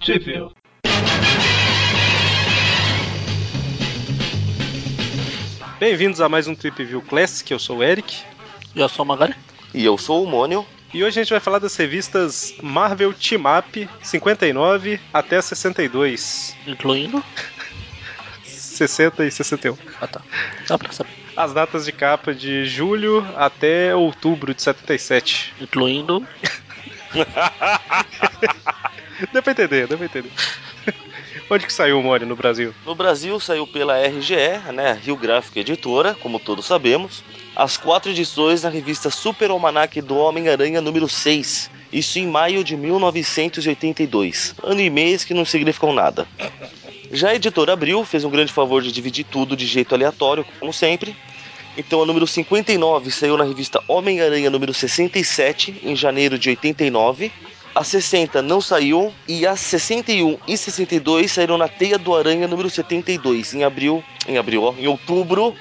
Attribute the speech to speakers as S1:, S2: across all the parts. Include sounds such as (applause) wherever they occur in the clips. S1: Sheffield. Bem-vindos a mais um Trip View Classic, eu sou o Eric.
S2: Eu sou o Magari.
S3: E eu sou o Mônio.
S1: E hoje a gente vai falar das revistas Marvel Team Up 59 até 62.
S2: Incluindo.
S1: 60 e 61.
S2: Ah tá. Dá pra saber.
S1: As datas de capa de julho até outubro de 77.
S2: Incluindo.
S1: deu pra entender, deu pra entender. (laughs) Onde que saiu o Mori no Brasil?
S3: No Brasil saiu pela RGE, né, Rio Gráfico Editora, como todos sabemos, as quatro edições na revista Super Almanac do Homem-Aranha número 6. Isso em maio de 1982. Ano e mês que não significam nada. Já a editora Abril fez um grande favor de dividir tudo de jeito aleatório, como sempre. Então, a número 59 saiu na revista Homem-Aranha número 67, em janeiro de 89. A 60 não saiu e a 61 e 62 saíram na Teia do Aranha número 72 em abril, em abril, ó, em outubro,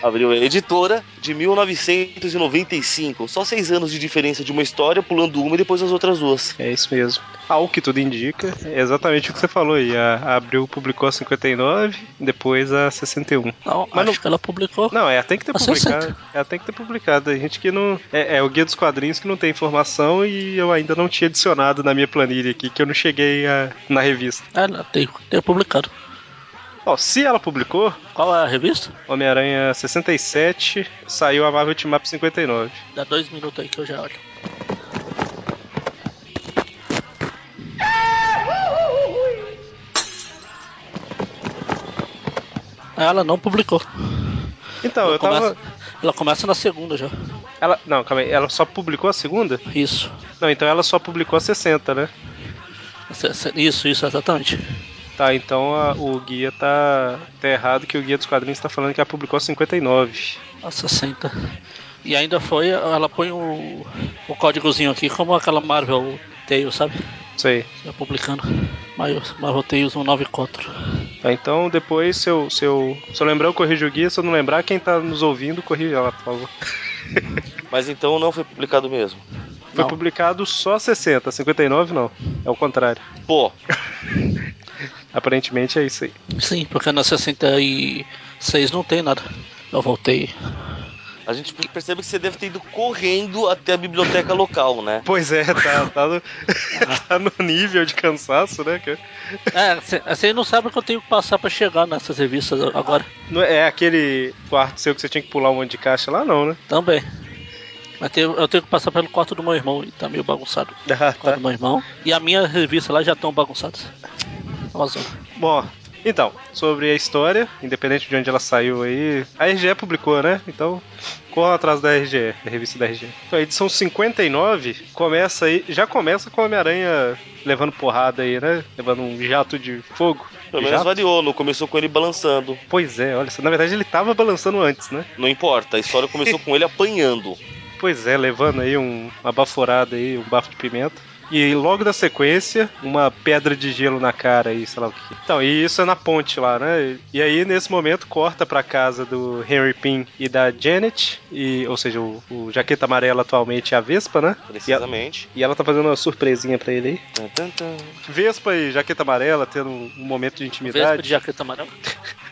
S3: abril é editora de 1995. Só seis anos de diferença de uma história, pulando uma e depois as outras duas.
S1: É isso mesmo. Ao que tudo indica, é exatamente o que você falou aí. A, a Abril publicou a 59, depois a 61.
S2: Não,
S1: Mas
S2: acho
S1: não-
S2: que ela publicou.
S1: Não, ela tem que ter
S2: A
S1: publicado.
S2: 60.
S1: Ela tem que ter publicado. A gente que não. É, é o guia dos quadrinhos que não tem informação e eu ainda não tinha adicionado na minha planilha aqui, que eu não cheguei a- na revista.
S2: É, Ela tem, tem publicado.
S1: Ó, se ela publicou,
S2: Qual é a revista?
S1: Homem-Aranha 67, saiu a Marvel Team Up 59.
S2: Dá dois minutos aí que eu já olho. Ela não publicou.
S1: Então, eu
S2: começa,
S1: tava.
S2: Ela começa na segunda já.
S1: Ela. Não, calma aí. Ela só publicou a segunda?
S2: Isso.
S1: Não, então ela só publicou a 60, né?
S2: Se- se- Isso, isso, exatamente.
S1: Tá, então a- o guia tá, tá errado que o guia dos quadrinhos tá falando que ela publicou a 59.
S2: A 60. E ainda foi, ela põe o, o códigozinho aqui, como aquela Marvel Tales, sabe?
S1: Isso aí.
S2: Já publicando. Marvel, Marvel Tales 194.
S1: Tá, então depois, se eu, se eu, se eu lembrar, eu corrijo o guia. Se eu não lembrar, quem tá nos ouvindo, corrige ela, por favor.
S3: Mas então não foi publicado mesmo.
S1: Foi
S2: Não.
S1: publicado só 60, 59 não. É o contrário.
S3: Pô,
S1: Aparentemente é isso aí.
S2: Sim, porque na 66 não tem nada. Eu voltei.
S3: a gente percebe que você deve ter ido correndo até a biblioteca local, né?
S1: Pois é, tá, tá, no, (laughs) tá no nível de cansaço, né? que-
S2: (laughs) É, cê- você não sabe o que eu tenho que passar pra chegar nessas revistas agora.
S1: Não é é aquele quarto seu que você tinha que pular um monte de caixa lá, não, né?
S2: Também. Mas tem- eu tenho que passar pelo quarto do meu irmão, e tá meio bagunçado. O
S1: Ah,
S2: quarto do meu irmão. E a minha revista lá já estão bagunçadas. Uma zona.
S1: Bom, então, sobre a história, independente de onde ela saiu aí, a RGE publicou, né? Então, corra atrás da RGE, da revista da RGE. Então, a edição 59 começa aí, já começa com o Homem-Aranha levando porrada aí, né? Levando um jato de fogo.
S3: Pelo menos
S1: Jato?
S3: variou, não começou com ele balançando.
S1: Pois é, olha, só, na verdade ele tava balançando antes, né?
S3: Não importa, a história começou com ele apanhando.
S1: Pois é, levando aí um, uma baforada aí, um bafo de pimenta. E logo na sequência, uma pedra de gelo na cara aí, sei lá o que. Então, e isso é na ponte lá, né? E aí, nesse momento, corta pra casa do Henry Pym e da Janet. E, ou seja, o, o jaqueta amarela atualmente é a Vespa, né? E ela,
S3: Precisamente.
S1: e ela tá fazendo uma surpresinha pra ele aí.
S3: Tan, tan, tan.
S1: Vespa e jaqueta amarela tendo um momento de
S2: Vespa de
S1: intimidade.
S2: jaqueta amarela.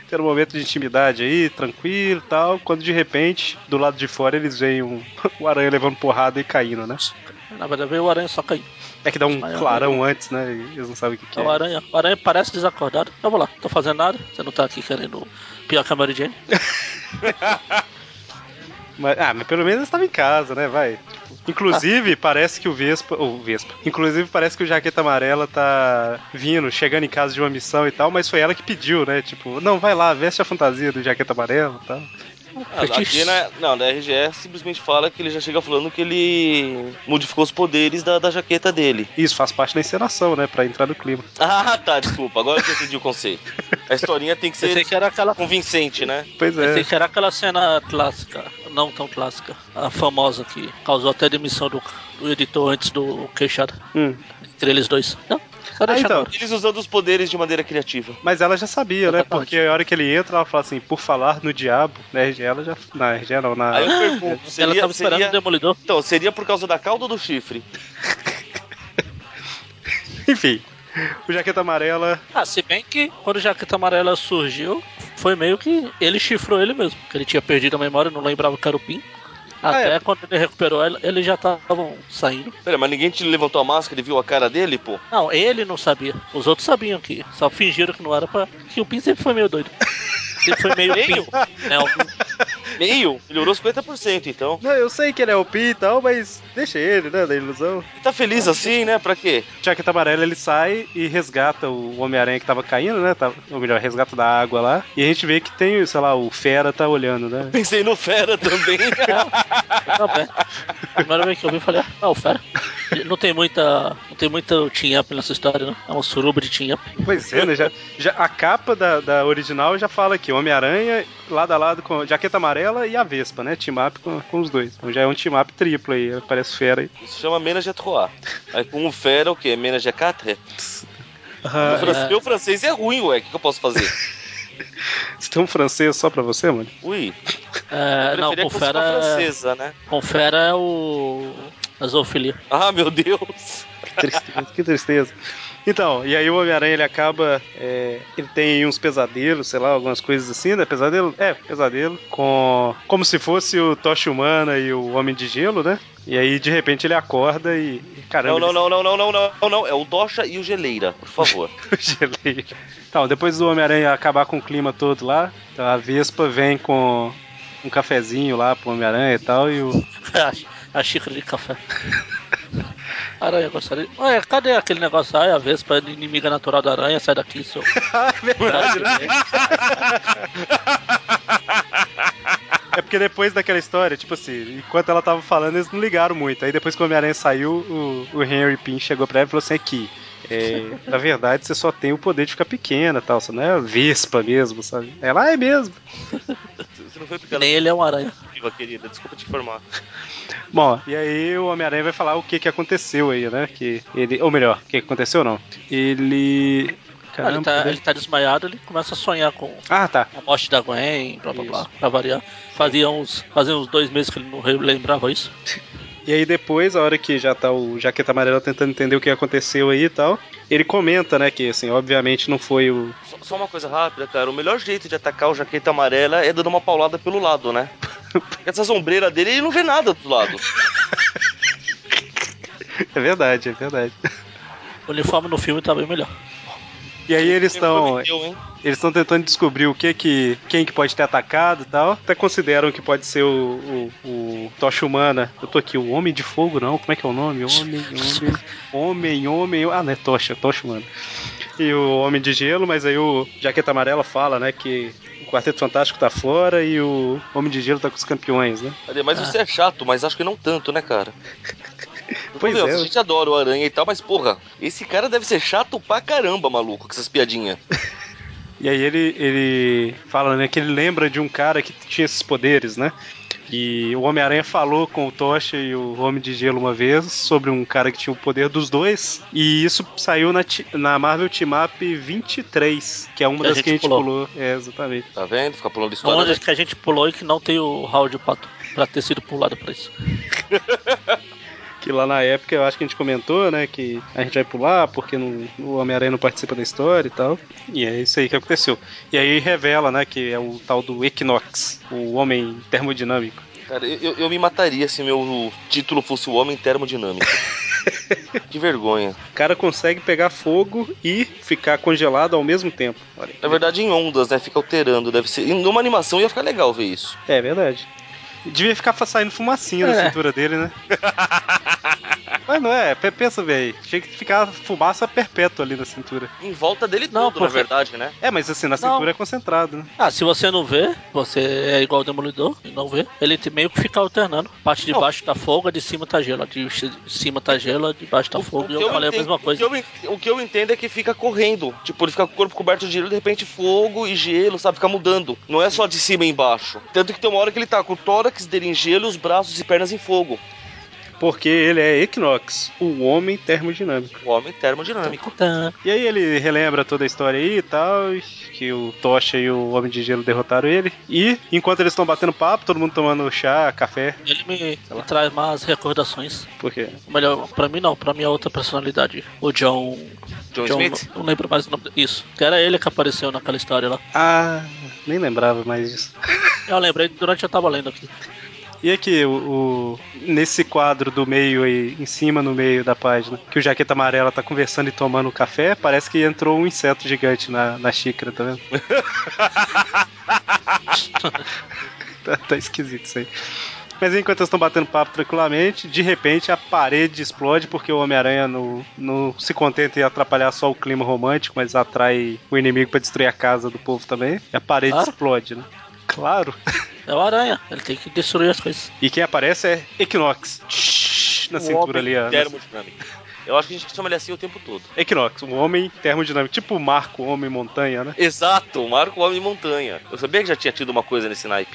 S1: Tendo um momento de intimidade aí, tranquilo e tal. Quando de repente, do lado de fora, eles veem um, (laughs) o aranha levando porrada e caindo, né?
S2: Na verdade veio o aranha só cair.
S1: É que dá um
S2: Mas-
S1: clarão antes, né? E Eles não sabem o que, que é.
S2: Então, O aranha, o aranha parece desacordado. Eu vou lá, tô fazendo nada. Você não tá aqui querendo pior que a Mary Jane.
S1: Mas, ah, mas pelo menos eles estavam em casa, né? Vai. Tipo, Inclusive, parece que o Vespa. Ou Vespa. Inclusive, parece que o Jaqueta Amarela tá vindo, chegando em casa de uma missão e tal, mas foi ela que pediu, né? Tipo, não, vai lá, veste a fantasia do Jaqueta Amarela e tal.
S3: Ah,
S2: Fetiche.
S3: aqui na, não, na RGE simplesmente fala que ele já chega falando que ele modificou os poderes da, da jaqueta dele.
S1: Isso faz parte da encenação, né? Pra entrar no clima.
S3: Ah, tá, desculpa, agora que eu entendi o conceito. A historinha tem que
S2: Eu sei
S3: ser
S2: que era aquela
S3: convincente, né?
S1: Pois
S2: Eu
S1: é.
S2: sei que era aquela cena clássica, não tão clássica, a famosa que causou até a demissão do, do editor antes do queixado,
S1: Hum.
S2: entre eles dois. Não, só deixa
S1: então.
S2: agora.
S3: Eles usando os poderes de maneira criativa.
S1: Mas ela já sabia, né?
S2: Exatamente.
S1: Porque a hora que ele entra, ela fala assim, por falar no diabo, né? Ela já. Na RG não, na.
S3: Aí eu pergunto,
S2: Ah, Ela
S3: seria,
S2: tava esperando
S3: seria-
S2: o Demolidor.
S3: Então, seria por causa da cauda do chifre.
S1: (laughs) Enfim. o Jaqueta Amarela.
S2: Ah, se bem que quando o Jaqueta Amarela surgiu, foi meio que ele chifrou ele mesmo, porque ele tinha perdido a memória, não lembrava o que era o PIN. Até
S1: é.
S2: quando ele recuperou ela, eles já estavam saindo.
S3: Pera, mas ninguém te levantou a máscara e viu a cara dele, pô?
S2: Não, ele não sabia. Os outros sabiam que. Só fingiram que não era pra. Que o Pin sempre foi meio doido. Sempre foi meio
S3: Meio?
S2: Pin. Né? o-
S3: Meio? Melhorou 50%, então.
S1: Não, eu sei que ele é OP e tal, mas deixa ele, né, da ilusão.
S3: E tá feliz assim, né? Pra quê?
S1: O Jaqueta Amarela tá ele sai e resgata o Homem-Aranha que tava caindo, né? Tava, ou melhor, resgata da água lá. E a gente vê que tem, sei lá, o Fera tá olhando, né?
S3: Pensei no Fera também. (laughs)
S2: Não, né? A primeira vez que eu vi, eu falei, ah, o fera. Não tem muita. Não tem muito team up nessa história, né? É um suruba de team up.
S1: Pois é, né? Já, já- a capa da, da original já fala aqui, Homem-Aranha, lado a lado com a Jaqueta Amarela e a Vespa, né? Team up com, com os dois. Então já é um team up triplo aí, parece fera aí.
S3: Isso chama Menage à Trois. Aí com o Fera, o quê? Menage à Quatre?
S1: Ah,
S2: é.
S3: Meu francês é ruim, ué. O que, que eu posso fazer?
S1: você tem um francês só pra você, mano?
S3: (laughs) Ui. Ah,
S2: É, não, com
S3: preferia que fosse uma
S2: fera.
S3: francesa, né?
S2: Com fera é o. A zoofilia. (laughs)
S3: Ah, meu Deus.
S1: Que tristeza, que tristeza. Então, e aí o Homem-Aranha ele acaba. é, ele tem uns pesadelos, sei lá, algumas coisas assim, né? Pesadelo? É, pesadelo. Com. Como se fosse o Tocha Humana e o Homem de Gelo, né? E aí de repente ele acorda e. e Caramba,
S3: Não, não,
S1: ele-
S3: não, não, não, não, não, não. É o Tocha e o Geleira, por favor.
S1: (laughs) o geleiro. Então, depois do Homem-Aranha acabar com o clima todo lá, a Vespa vem com um cafezinho lá pro Homem-Aranha e tal, e o.
S2: a, a xícara de café. Aranha gostaria. Ué, cadê aquele negócio? Ai, a Vespa é inimiga natural da aranha, sai daqui, seu.
S1: Ah, é verdade, né? É porque depois daquela história, tipo assim, enquanto ela tava falando, eles não ligaram muito. Aí depois que o Homem-Aranha saiu, o, o Henry Pym chegou pra ela e falou assim: aqui.
S2: (laughs)
S1: É, na verdade, você só tem o poder de ficar pequena e tal, você não é vespa mesmo, sabe? Ela "Ah, é mesmo.
S3: (laughs) Você não foi porque ela
S2: Nem ele é um aranha.
S3: é viva, querida. Desculpa te informar.
S1: Bom, e aí o Homem-Aranha vai falar o que que aconteceu aí, né? Que ele, ou melhor, o que que aconteceu não? Ele
S2: Ah, ele,
S1: Caramba,
S2: tá,
S1: cadê?
S2: ele tá desmaiado, ele começa a sonhar com
S1: Ah, tá.
S2: a morte da Gwen, blá blá blá, pra variar. Fazia uns, fazia uns dois meses que ele não lembrava isso.
S1: E aí depois, a hora que já tá o Jaqueta Amarela tentando entender o que aconteceu aí e tal, ele comenta, né, que assim, obviamente não foi o. (laughs)
S3: Só, só uma coisa rápida, cara. O melhor jeito de atacar o jaqueta amarela é dando uma paulada pelo lado, né? Porque Essa sombreira dele, ele não vê nada do lado.
S1: É verdade, é verdade.
S2: O uniforme no filme tá bem melhor.
S1: E aí eles estão.
S3: Prometeu, hein?
S1: Eles estão tentando descobrir o que que. quem que pode ter atacado e tal. Até consideram que pode ser o, o, o Tocha Humana. Eu tô aqui, o Homem de Fogo, não? Como é que é o nome? Homem, homem. Homem, homem. Ah, não é Tocha, Tocha Humana. E o Homem de Gelo, mas aí o Jaqueta Amarela fala, né, que o Quarteto Fantástico tá fora e o Homem de Gelo tá com os campeões, né?
S3: Ademais, você é chato, mas acho que não tanto, né, cara?
S1: Pois
S3: Meu,
S1: é.
S3: A gente adora o Aranha e tal, mas porra, esse cara deve ser chato pra caramba, maluco, com essas piadinhas.
S1: E aí ele, ele fala, né, que ele lembra de um cara que tinha esses poderes, né? E o Homem-Aranha falou com o Tocha e o Homem de Gelo uma vez sobre um cara que tinha o poder dos dois. E isso saiu na, ti- na Marvel Team Up 23, que é uma
S2: Que a
S1: das
S2: gente
S1: que a gente pulou.
S2: pulou.
S1: É, exatamente.
S3: Tá vendo? Fica pulando
S2: Uma
S3: história.
S2: das que a gente pulou e que não tem o Raul de Pato pra ter sido pulado pra isso.
S1: Que lá na época eu acho que a gente comentou, né, que a gente vai pular porque não- o Homem-Aranha não participa da história e tal. E é isso aí que aconteceu. E aí revela, né, que é o tal do Equinox, o homem termodinâmico.
S3: Cara, eu, eu me mataria se meu título fosse o
S2: (laughs)
S3: Homem Termodinâmico. que vergonha.
S1: O cara consegue pegar fogo e ficar congelado ao mesmo tempo. Olha aí.
S3: Na verdade, em ondas, né? Fica alterando, deve ser. Em uma animação ia ficar legal ver isso.
S1: É verdade. Devia ficar fa- saindo fumacinha da
S2: É.
S1: cintura dele, né? (laughs) Mas não é, pe- pensa bem aí. Tinha que ficar fumaça perpétua ali na cintura.
S3: Em volta dele
S2: Não,
S3: tudo, na
S2: porque-
S3: verdade, né?
S1: É, mas assim, na
S2: Não.
S1: cintura é concentrado, né?
S2: Ah, se você não vê, você é igual o Demolidor e não vê, ele tem meio que fica alternando. Parte de
S3: Não.
S2: baixo tá fogo, a de cima tá gelo. A de cima tá gelo, a de baixo tá fogo. E eu falei a mesma coisa.
S3: O que, eu, en- o que eu entendo é que fica correndo. Tipo, ele fica com o corpo coberto de gelo, de repente fogo e gelo, sabe? Fica mudando. Não é só de cima e embaixo. Tanto que tem uma hora que ele tá com o tórax dele em gelo, os braços e pernas em fogo.
S1: porque ele é Equinox, o homem termodinâmico.
S3: O homem termodinâmico.
S2: Tá.
S1: E aí ele relembra toda a história aí e tal, e que o Tocha e o Homem de Gelo derrotaram ele. E enquanto eles estão batendo papo, todo mundo tomando chá, café,
S2: Ele me, me traz mais recordações.
S1: porque
S2: Melhor, pra mim não, pra mim é outra personalidade. O John.
S3: John Smith?
S2: Não lembro mais o nome. Isso. Que era ele que apareceu naquela história lá.
S1: ah, nem lembrava mais disso.
S2: Eu lembrei durante eu tava lendo aqui.
S1: E aqui, o, o- nesse quadro do meio aí, em cima no meio da página, que o Jaqueta Amarela tá conversando e tomando café, parece que entrou um inseto gigante na, na xícara, tá vendo? tá, tá esquisito isso aí. Mas enquanto eles estão batendo papo tranquilamente, de repente a parede explode porque o Homem-Aranha não, não se contenta em atrapalhar só o clima romântico, mas atrai o inimigo pra destruir a casa do povo também. E a parede
S2: Claro.
S1: explode, né? Claro.
S2: É o aranha, ele tem que destruir as coisas.
S1: E quem aparece é Equinox. Na
S3: O
S1: cintura
S3: Um homem
S1: ali, ó.
S3: Termodinâmico. Eu acho que a gente chama ele assim o tempo todo.
S1: Equinox, um homem termodinâmico. Tipo o Marco, homem montanha, né?
S3: Exato, o Marco Homem de Montanha. Eu sabia que já tinha tido uma coisa nesse naipe.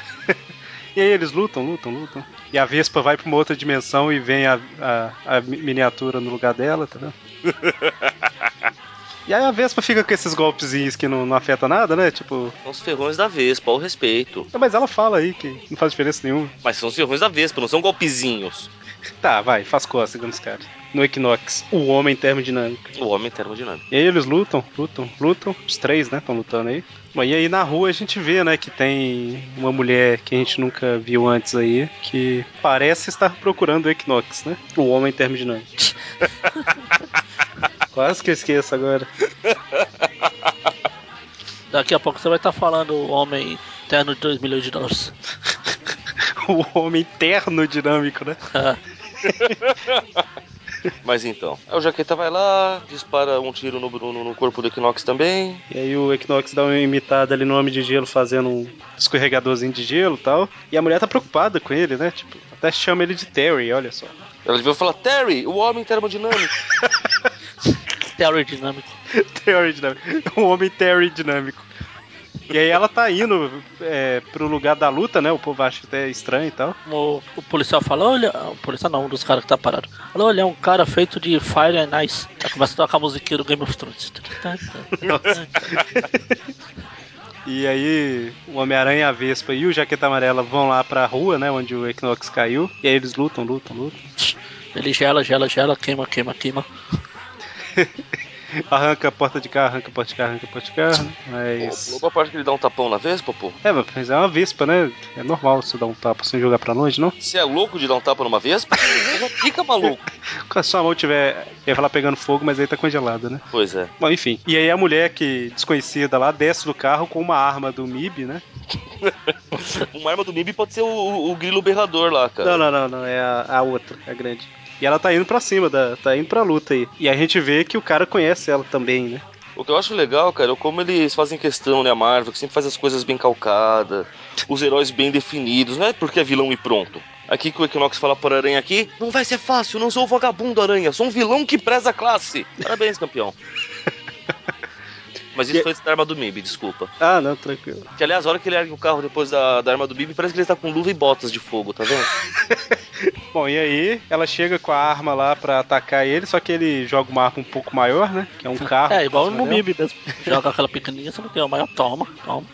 S1: E aí eles lutam, lutam, lutam. E a Vespa vai pra uma outra dimensão e vem a, a, a mi- miniatura no lugar dela, tá vendo? E aí a Vespa fica com esses golpezinhos que não, não afeta nada, né? Tipo.
S3: São os ferrões da Vespa, ao respeito.
S1: Mas ela fala aí que não faz diferença nenhuma. (laughs)
S3: Mas são os ferrões da Vespa, não são golpezinhos.
S1: Tá, vai, faz cócega nos caras. No Equinox, o homem termodinâmico.
S3: O homem é termodinâmico.
S1: E aí eles lutam, lutam, lutam. Os três, né? Estão lutando aí. Bom, e aí na rua a gente vê, né, que tem uma mulher que a gente nunca viu antes aí, que parece estar procurando o Equinox, né? O homem termodinâmico. Quase que eu esqueço agora.
S2: Daqui a pouco você vai estar falando o homem terno de 2 milhões de dólares. (laughs)
S1: O homem terno dinâmico, né?
S3: Mas então, aí o Jaqueta vai lá, dispara um tiro no Bruno no corpo do Equinox também.
S1: E aí o Equinox dá uma imitada ali no Homem de Gelo, fazendo um escorregadorzinho de gelo e tal. E a mulher tá preocupada com ele, né? Tipo, até chama ele de Terry, olha só.
S3: Ela devia falar, Terry, o homem termodinâmico.
S2: Terry dinâmico.
S1: (laughs) Terry dinâmico. Um homem Terry dinâmico. E aí ela tá indo é, pro lugar da luta, né? O povo acha até estranho e tal.
S2: O, o policial fala, olha. O policial não, um dos caras que tá parado. Fala, olha, é um cara feito de Fire and Ice. Aí começa a tocar a musiquinha do Game of Thrones. (laughs)
S1: E aí o Homem-Aranha, a Vespa e o Jaqueta Amarela vão lá pra rua, né? Onde o Equinox caiu. E aí eles lutam, lutam, lutam.
S2: Ele gela, gela, gela, queima, queima, queima.
S1: Arranca a porta de carro, arranca a porta de carro, arranca a porta de carro.
S3: Pô,
S1: Mas.
S3: pulou a parte que ele dá um tapão na Vespa, pô.
S1: É, mas é uma Vespa, né? É normal você dar um tapa sem jogar pra longe, não?
S3: Você é louco de dar um tapa numa (laughs) Vespa? Você já fica maluco.
S1: Se a sua mão tiver. ia falar pegando fogo, mas aí tá congelada, né?
S3: Pois é.
S1: Bom, enfim. E aí a mulher que desconhecida lá desce do carro com uma arma do MIB, né?
S3: Uma arma do Mib pode ser o, o- o grilo berrador lá,
S2: Tá.
S1: Não,
S3: cara.
S1: não, não, não. É a, a outra, a grande. E ela tá indo pra cima, da, tá indo pra luta aí. E a gente vê que o cara conhece ela também, né?
S3: O que eu acho legal, cara, é como eles fazem questão, né, a Marvel, que sempre faz as coisas bem calcadas, os heróis bem definidos, não é porque é vilão e pronto. Aqui que o Equinox fala para Aranha aqui, não vai ser fácil, não sou o vagabundo Aranha, sou um vilão que preza a classe. Parabéns, campeão. Mas isso
S1: E-
S3: foi antes da arma do Mib, desculpa.
S1: Ah, não, tranquilo.
S3: Que aliás, a hora que ele ergue o carro depois da, da arma do Mib, parece que ele está com luva e botas de fogo, tá vendo?
S1: Bom, e aí ela chega com a arma lá pra atacar ele, só que ele joga uma arma um pouco maior, né? Que é um
S3: Ah,
S1: carro.
S2: (laughs) É, igual
S1: Isso,
S2: no
S1: né?
S2: MIB mesmo. Joga aquela pequenininha, você não tem a maior. Toma, toma.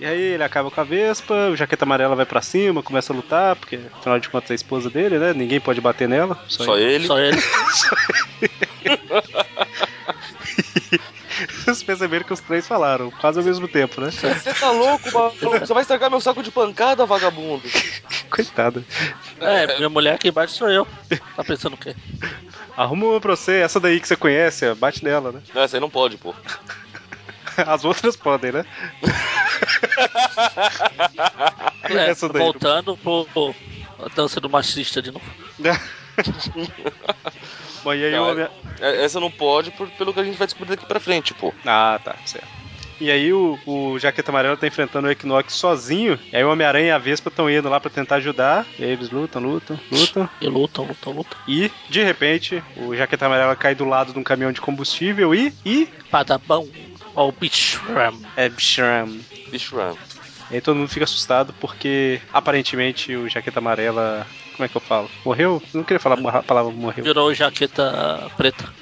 S1: E aí ele acaba com a Vespa, o Jaqueta Amarela vai pra cima, começa a lutar, porque afinal de contas é a esposa dele, né? Ninguém pode bater nela. Só,
S3: Só ele.
S2: Só ele.
S1: (laughs) Vocês perceberam que os três falaram, quase ao mesmo tempo, né?
S3: Você tá louco, maluco? Você vai estragar meu saco de pancada, vagabundo.
S1: Coitada.
S3: (laughs)
S2: É, minha mulher aqui embaixo sou eu. Tá pensando o quê?
S1: Arruma uma pra você, essa daí que você conhece, ó, bate nela, né? (laughs)
S3: Não, essa aí não pode, pô.
S1: As outras podem, né?
S2: É,
S1: Essa daí.
S2: voltando pro, pro a dança do machista de novo.
S1: Bom, e aí
S3: Não,
S1: o
S3: é-
S1: Homem-
S3: É, Essa não pode, por- pelo que a gente vai descobrir daqui pra frente, tipo, pô.
S1: Ah, tá, certo. E aí o, o Jaqueta Amarela tá enfrentando o Equinox sozinho. E aí o Homem-Aranha e a Vespa estão indo lá pra tentar ajudar. E aí eles lutam, lutam, lutam.
S2: E lutam, lutam, lutam.
S1: E, de repente, o Jaqueta Amarela cai do lado de um caminhão de combustível e. e.
S2: Padabão. Ó, o bicho. Ram.
S1: É Bshram.
S3: Bicho Ram.
S1: E aí todo mundo fica assustado porque aparentemente o Jaqueta Amarela Como é que eu falo? Morreu? Não queria falar a palavra morreu.
S2: Virou jaqueta preta.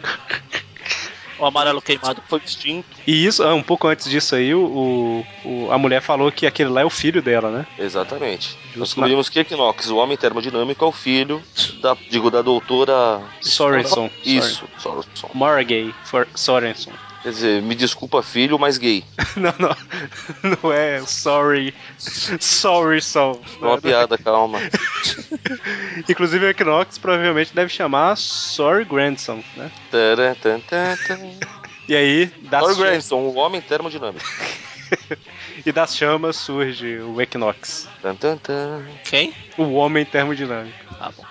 S2: O amarelo queimado.
S3: Foi extinto.
S1: E isso, ah, um pouco antes disso aí, o, o- a mulher falou que aquele lá é o filho dela, né?
S3: Exatamente. Nós
S1: Justo na-
S3: descobrimos que Equinox, o homem termodinâmico, é o filho da, digo, da doutora.
S1: Sorenson.
S3: Isso, Sorenson.
S1: Morgay for Sorenson.
S3: Quer dizer, me desculpa, filho, mas gay.
S1: (laughs) Não, não. (laughs) Não é sorry. Sorry, Sol.
S3: É uma piada, calma.
S1: Inclusive o Equinox provavelmente deve chamar Sorry Grandson, né?
S3: Tarã, tan, tan, tan.
S1: E aí, das,
S3: Thor
S1: cha-
S3: Granson, o homem termodinâmico.
S1: e das chamas surge o Equinox.
S3: Tan, tan, tan.
S2: Quem?
S1: O homem termodinâmico.
S2: Ah, bom.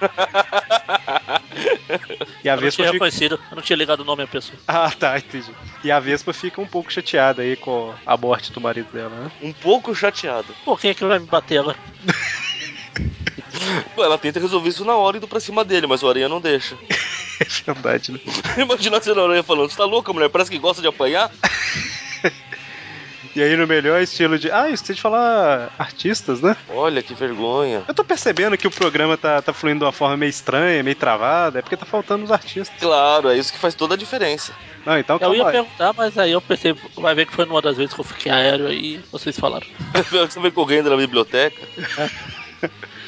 S1: E a
S2: Eu não
S1: Vespa
S2: tinha
S1: fica...
S2: reconhecido. Eu não tinha ligado o nome à pessoa.
S1: Ah, tá, entendi. E a Vespa fica um pouco chateada aí com a morte do marido dela, né?
S3: Um pouco chateado.
S2: Pô, quem é que vai me bater agora?
S3: Pô, ela tenta resolver isso na hora e indo pra cima dele, mas o Aranha não deixa. (laughs)
S1: É (laughs) verdade, né?
S3: Imagina a senhora Aranha falando: Você tá louca, mulher? Parece que gosta de apanhar?
S1: E aí no melhor estilo de. Ah, eu esqueci de falar artistas, né?
S3: Olha que vergonha.
S1: Eu tô percebendo que o programa tá, tá fluindo de uma forma meio estranha, meio travada, é porque tá faltando os artistas.
S3: Claro, é isso que faz toda a diferença. (laughs)
S1: Não, então
S2: Eu ia
S1: calma aí.
S2: perguntar, mas aí eu pensei, vai ver que foi numa das vezes que eu fiquei aéreo e vocês falaram.
S3: Você vem correndo na biblioteca.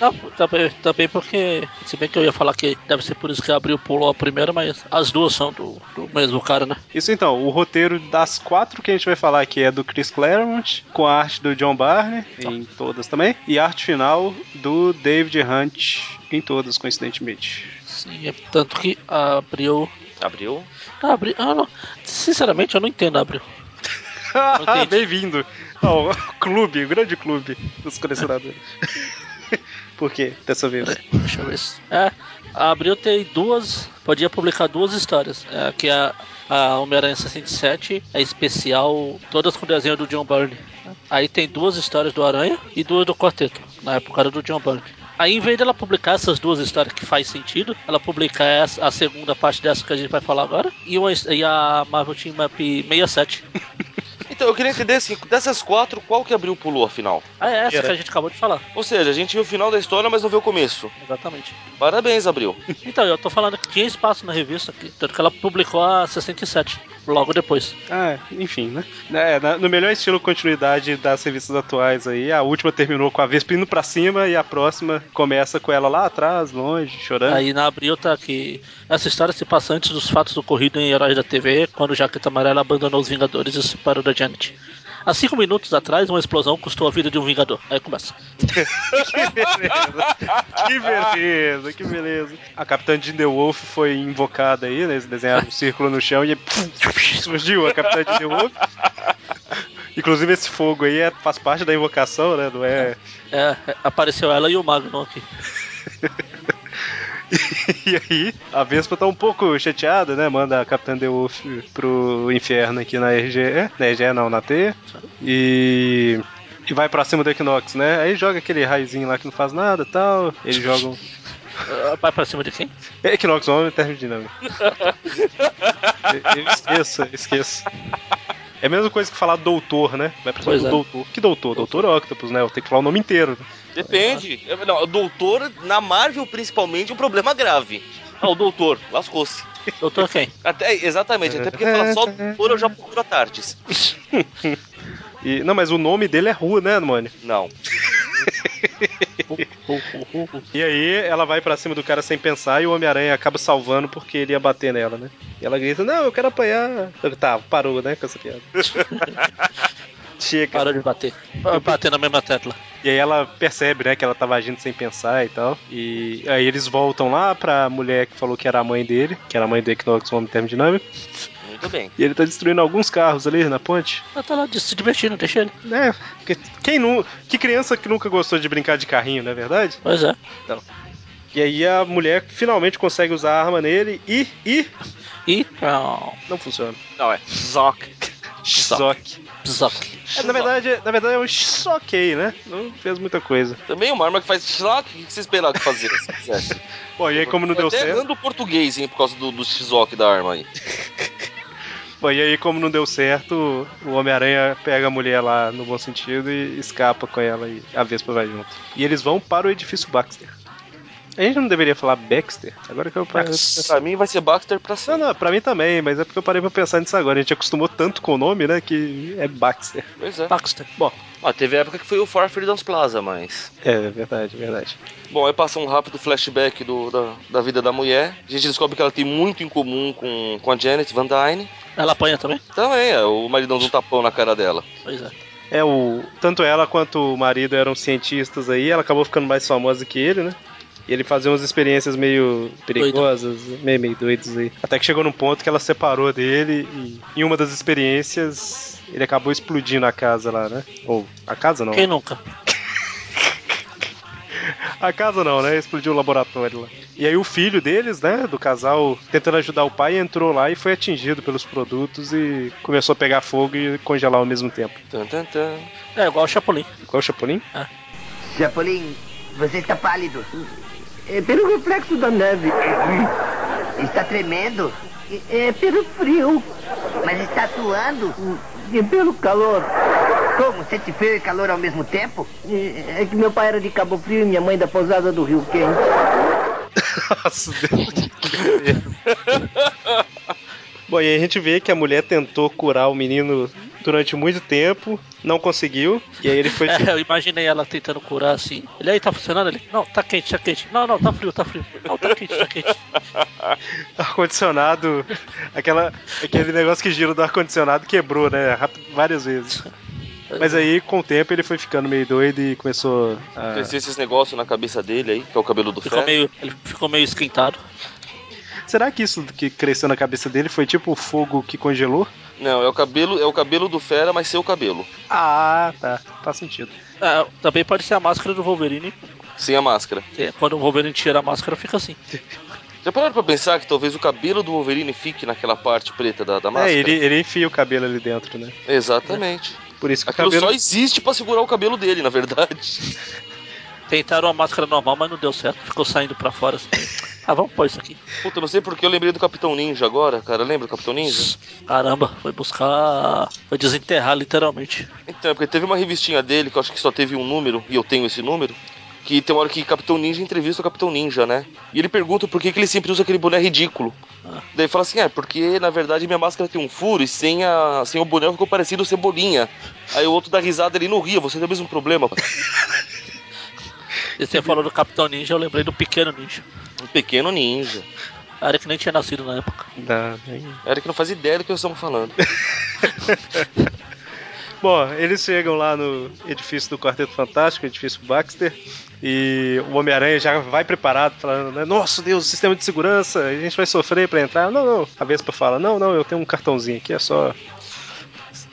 S2: Não, também, também porque, se bem que eu ia falar que deve ser por isso que abriu pulou a primeira, mas as duas são do, do mesmo cara, né?
S1: Isso então, o roteiro das quatro que a gente vai falar aqui é do Chris Claremont, com a arte do John Barney, em todas também, e a arte final do David Hunt, em todas, coincidentemente.
S2: Sim, é tanto que a abriu.
S3: Abriu?
S2: Ah, abriu. Ah, não. Sinceramente, eu não entendo a abriu. Entendi.
S1: (laughs) Bem-vindo ao clube, o grande clube dos colecionadores. (laughs) Por quê? Dessa vez.
S2: Deixa eu ver. se- É, a abril tem duas. Podia publicar duas histórias. É, que a, a Homem-Aranha 67 é especial, todas com desenho do John Byrne. Aí tem duas histórias do Aranha e duas do Quarteto. Na época era do John Byrne. Aí, em vez dela publicar essas duas histórias que faz sentido, ela publicar essa- a segunda parte dessa que a gente vai falar agora e, uma his- e a Marvel Team Up 67.
S3: Então, eu queria entender assim: dessas quatro, qual que abriu pulou afinal?
S2: Ah, é essa
S1: Era.
S2: que a gente acabou de falar.
S3: Ou seja, a gente viu o final da história, mas não viu o começo.
S2: Exatamente.
S3: Parabéns, Abril.
S2: Então, eu tô falando que tinha espaço na revista, que- tanto que ela publicou a 67, logo depois.
S1: Ah, enfim, né? É, na- no melhor estilo continuidade das revistas atuais aí, a última terminou com a Vespa indo pra cima e a próxima começa com ela lá atrás, longe, chorando.
S2: Aí na abril tá aqui. Essa história se passa antes dos fatos ocorridos em Heróis da TV, quando Jaqueta Amarela abandonou os Vingadores e se separou da Janet. Há cinco minutos atrás, uma explosão custou a vida de um Vingador. Aí começa.
S1: Que beleza, que beleza, que beleza. A Capitã Jean The Wolf foi invocada aí, né? Eles desenharam um círculo no chão e surgiu a Capitã Jean The Wolf. Inclusive esse fogo aí é- faz parte da invocação, né? Não é
S2: É, é, apareceu ela e o Magnum aqui.
S1: E aí, a Vespa tá um pouco chateada, né? Manda a Capitã The Wolf pro inferno aqui na RGE. Na RGE não, na T. E. E vai pra cima do Equinox, né? Aí joga aquele raizinho lá que não faz nada e tal. Eles jogam.
S2: Ah, Vai pra cima de quem?
S1: Equinox homem termodinâmico. Eu- eu esqueço, eu esqueço. É a mesma coisa que falar doutor, né? Vai pra cima
S2: Pois
S1: do
S2: é.
S1: doutor. Que doutor? Doutor Octopus, né? Eu tenho que falar o nome inteiro.
S3: Depende. É, Não, o doutor, na Marvel principalmente, é um problema grave. Ah, o doutor, lascou-se.
S2: Doutor quem?
S3: Até, exatamente, até porque fala só doutor, eu já procuro a Tardes.
S1: E, não, mas o nome dele é Rua, né, mano?
S3: Não.
S1: E aí ela vai pra cima do cara sem pensar e o Homem-Aranha acaba salvando porque ele ia bater nela, né? E ela grita, não, eu quero apanhar. Eu, tá, parou, né, com essa
S2: (laughs)
S1: piada. Chega.
S2: Parou de bater. Vai Ah, bater na mesma tecla.
S1: E aí ela percebe, né, que ela tava agindo sem pensar e tal. E aí eles voltam lá pra mulher que falou que era a mãe dele, que era a mãe do Equinox, o homem termodinâmico.
S3: Muito bem.
S1: E ele tá destruindo alguns carros ali na ponte.
S2: Ela tá lá de- se divertindo, deixa ele.
S1: Né? porque Quem nu... Que criança que nunca gostou de brincar de carrinho, não é verdade?
S2: Pois é.
S1: E aí a mulher finalmente consegue usar a arma nele e. e.
S2: E. Não.
S1: não funciona.
S3: Não, é. Zoc.
S1: Zoc.
S2: Zoc.
S1: É, na verdade, na verdade é um choquei, né? Não fez muita coisa.
S3: Também é uma arma que faz Zoc, o que você esperava que fazia? se fizesse?
S1: Bom, e aí como não
S3: Tô
S1: deu
S3: até
S1: certo,
S3: errando o português, hein, por causa do, do Zoc da arma aí.
S1: bom, e aí como não deu certo, o Homem-Aranha pega a mulher lá no bom sentido e escapa com ela e a Vespa vai junto. E eles vão para o edifício Baxter. A gente não deveria falar Baxter? Agora que eu parei.
S3: Pra mim vai ser Baxter pra
S1: Não,
S3: sempre.
S1: não, pra mim também, mas é porque eu parei pra pensar nisso agora. A gente acostumou tanto com o nome, né, que é Baxter.
S3: Pois é.
S2: Baxter.
S1: Bom,
S3: Ah, teve época que foi o Far Freedom's Plaza, mas.
S1: é verdade, verdade.
S3: Bom, aí passa um rápido flashback do- da, da vida da mulher. A gente descobre que ela tem muito em comum com, com a Janet Van Dyne.
S2: Ela apanha também?
S3: Também, é, o maridão dá um tapão na cara dela.
S2: Pois é.
S1: É o tanto ela quanto o marido eram cientistas aí, ela acabou ficando mais famosa que ele, né? E ele fazia umas experiências meio perigosas, meio, meio doidas aí. Até que chegou num ponto que ela separou dele e em uma das experiências ele acabou explodindo a casa lá, né? Ou a casa não.
S2: Quem nunca?
S1: A casa não, né? Explodiu o laboratório lá. E aí o filho deles, né, do casal, tentando ajudar o pai, entrou lá e foi atingido pelos produtos e começou a pegar fogo e congelar ao mesmo tempo.
S3: Tan, tan, tan.
S2: É igual o Chapolin.
S1: Qual é o Chapolin?
S4: Chapolin, você está pálido. É pelo reflexo da neve. Está tremendo. É pelo frio. Mas está suando. E pelo calor. Como? Sente frio e calor ao mesmo tempo? É que meu pai era de Cabo Frio e minha mãe da pousada do Rio Quente.
S1: Nossa, Deus. (laughs) Bom, e aí a gente vê que a mulher tentou curar o menino durante muito tempo, não conseguiu, e aí ele foi.
S2: É, eu imaginei ela tentando curar assim. Ele aí tá funcionando? Ele, não, tá quente, tá quente. Não, não, tá frio, tá frio. Não, tá quente, tá quente.
S1: (laughs) ar-condicionado, aquela, aquele negócio que gira do ar-condicionado quebrou, né? rap- várias vezes. Mas aí, com o tempo, ele foi ficando meio doido e começou a.
S3: Cresceu esses negócios na cabeça dele aí, que é o cabelo do
S2: Ficou
S3: ferro.
S2: meio, ele ficou meio esquentado.
S1: Será que isso que cresceu na cabeça dele foi tipo o fogo que congelou?
S3: Não, é o cabelo, é o cabelo do fera, mas seu cabelo.
S1: Ah, tá. Faz sentido.
S2: Ah, também pode ser a máscara do Wolverine.
S3: Sem a máscara.
S2: que Quando o Wolverine tira a máscara, fica assim.
S3: Já pararam pra pensar que talvez o cabelo do Wolverine fique naquela parte preta da, da máscara?
S1: É, ele, ele enfia o cabelo ali dentro, né?
S3: Exatamente.
S1: Por isso que
S3: Aquilo
S1: o cabelo.
S3: só existe pra segurar o cabelo dele, na verdade.
S2: Tentaram a máscara normal, mas não deu certo. Ficou saindo pra fora assim. Ah, vamos pôr isso aqui.
S3: Puta, não sei porque eu lembrei do Capitão Ninja agora, cara. Lembra do Capitão Ninja?
S2: Caramba, foi buscar. Foi desenterrar literalmente.
S3: Então, é porque teve uma revistinha dele, que eu acho que só teve um número, e eu tenho esse número, que tem uma hora que Capitão Ninja entrevista o Capitão Ninja, né? E ele pergunta por que, que ele sempre usa aquele boné ridículo.
S2: Ah.
S3: Daí fala assim, é, porque na verdade minha máscara tem um furo e sem, a, sem o boné ficou parecido Cebolinha. Aí o outro dá risada, ele não ria, você tem o mesmo problema.
S2: E você falou do Capitão Ninja, eu lembrei do Pequeno Ninja.
S3: Um pequeno ninja.
S2: Era que nem tinha nascido na época.
S1: Não, nem-
S3: Era que não faz ideia do que nós estamos falando.
S1: Bom, eles chegam lá no edifício do Quarteto Fantástico, edifício Baxter, e o Homem-Aranha já vai preparado, falando, né, nossa Deus, sistema de segurança, a gente vai sofrer pra entrar. Não, não. A Vespa fala, não, não, eu tenho um cartãozinho aqui, é só.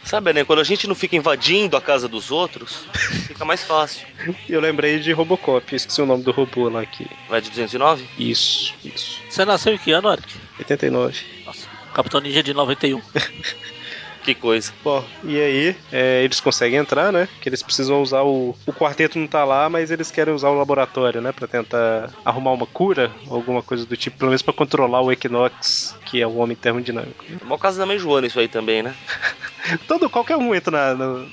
S3: Sabe, né? Quando a gente não fica invadindo a casa dos outros, fica mais fácil.
S1: E Eu lembrei de Robocop, esqueci o nome do robô lá aqui.
S3: Vai de 209?
S1: Isso, isso.
S2: Você nasceu em que ano, Eric?
S1: 89.
S2: Nossa, Capitão Ninja de 91.
S3: Que coisa.
S1: Bom, e aí é, eles conseguem entrar, né? Que eles precisam usar o. O quarteto não tá lá, mas eles querem usar o laboratório, né? Pra tentar arrumar uma cura, alguma coisa do tipo, pelo menos pra controlar o Equinox, que é o homem termodinâmico.
S3: É mó casa da mãe Joana isso aí também, né?
S1: Todo, qualquer um entra na, no-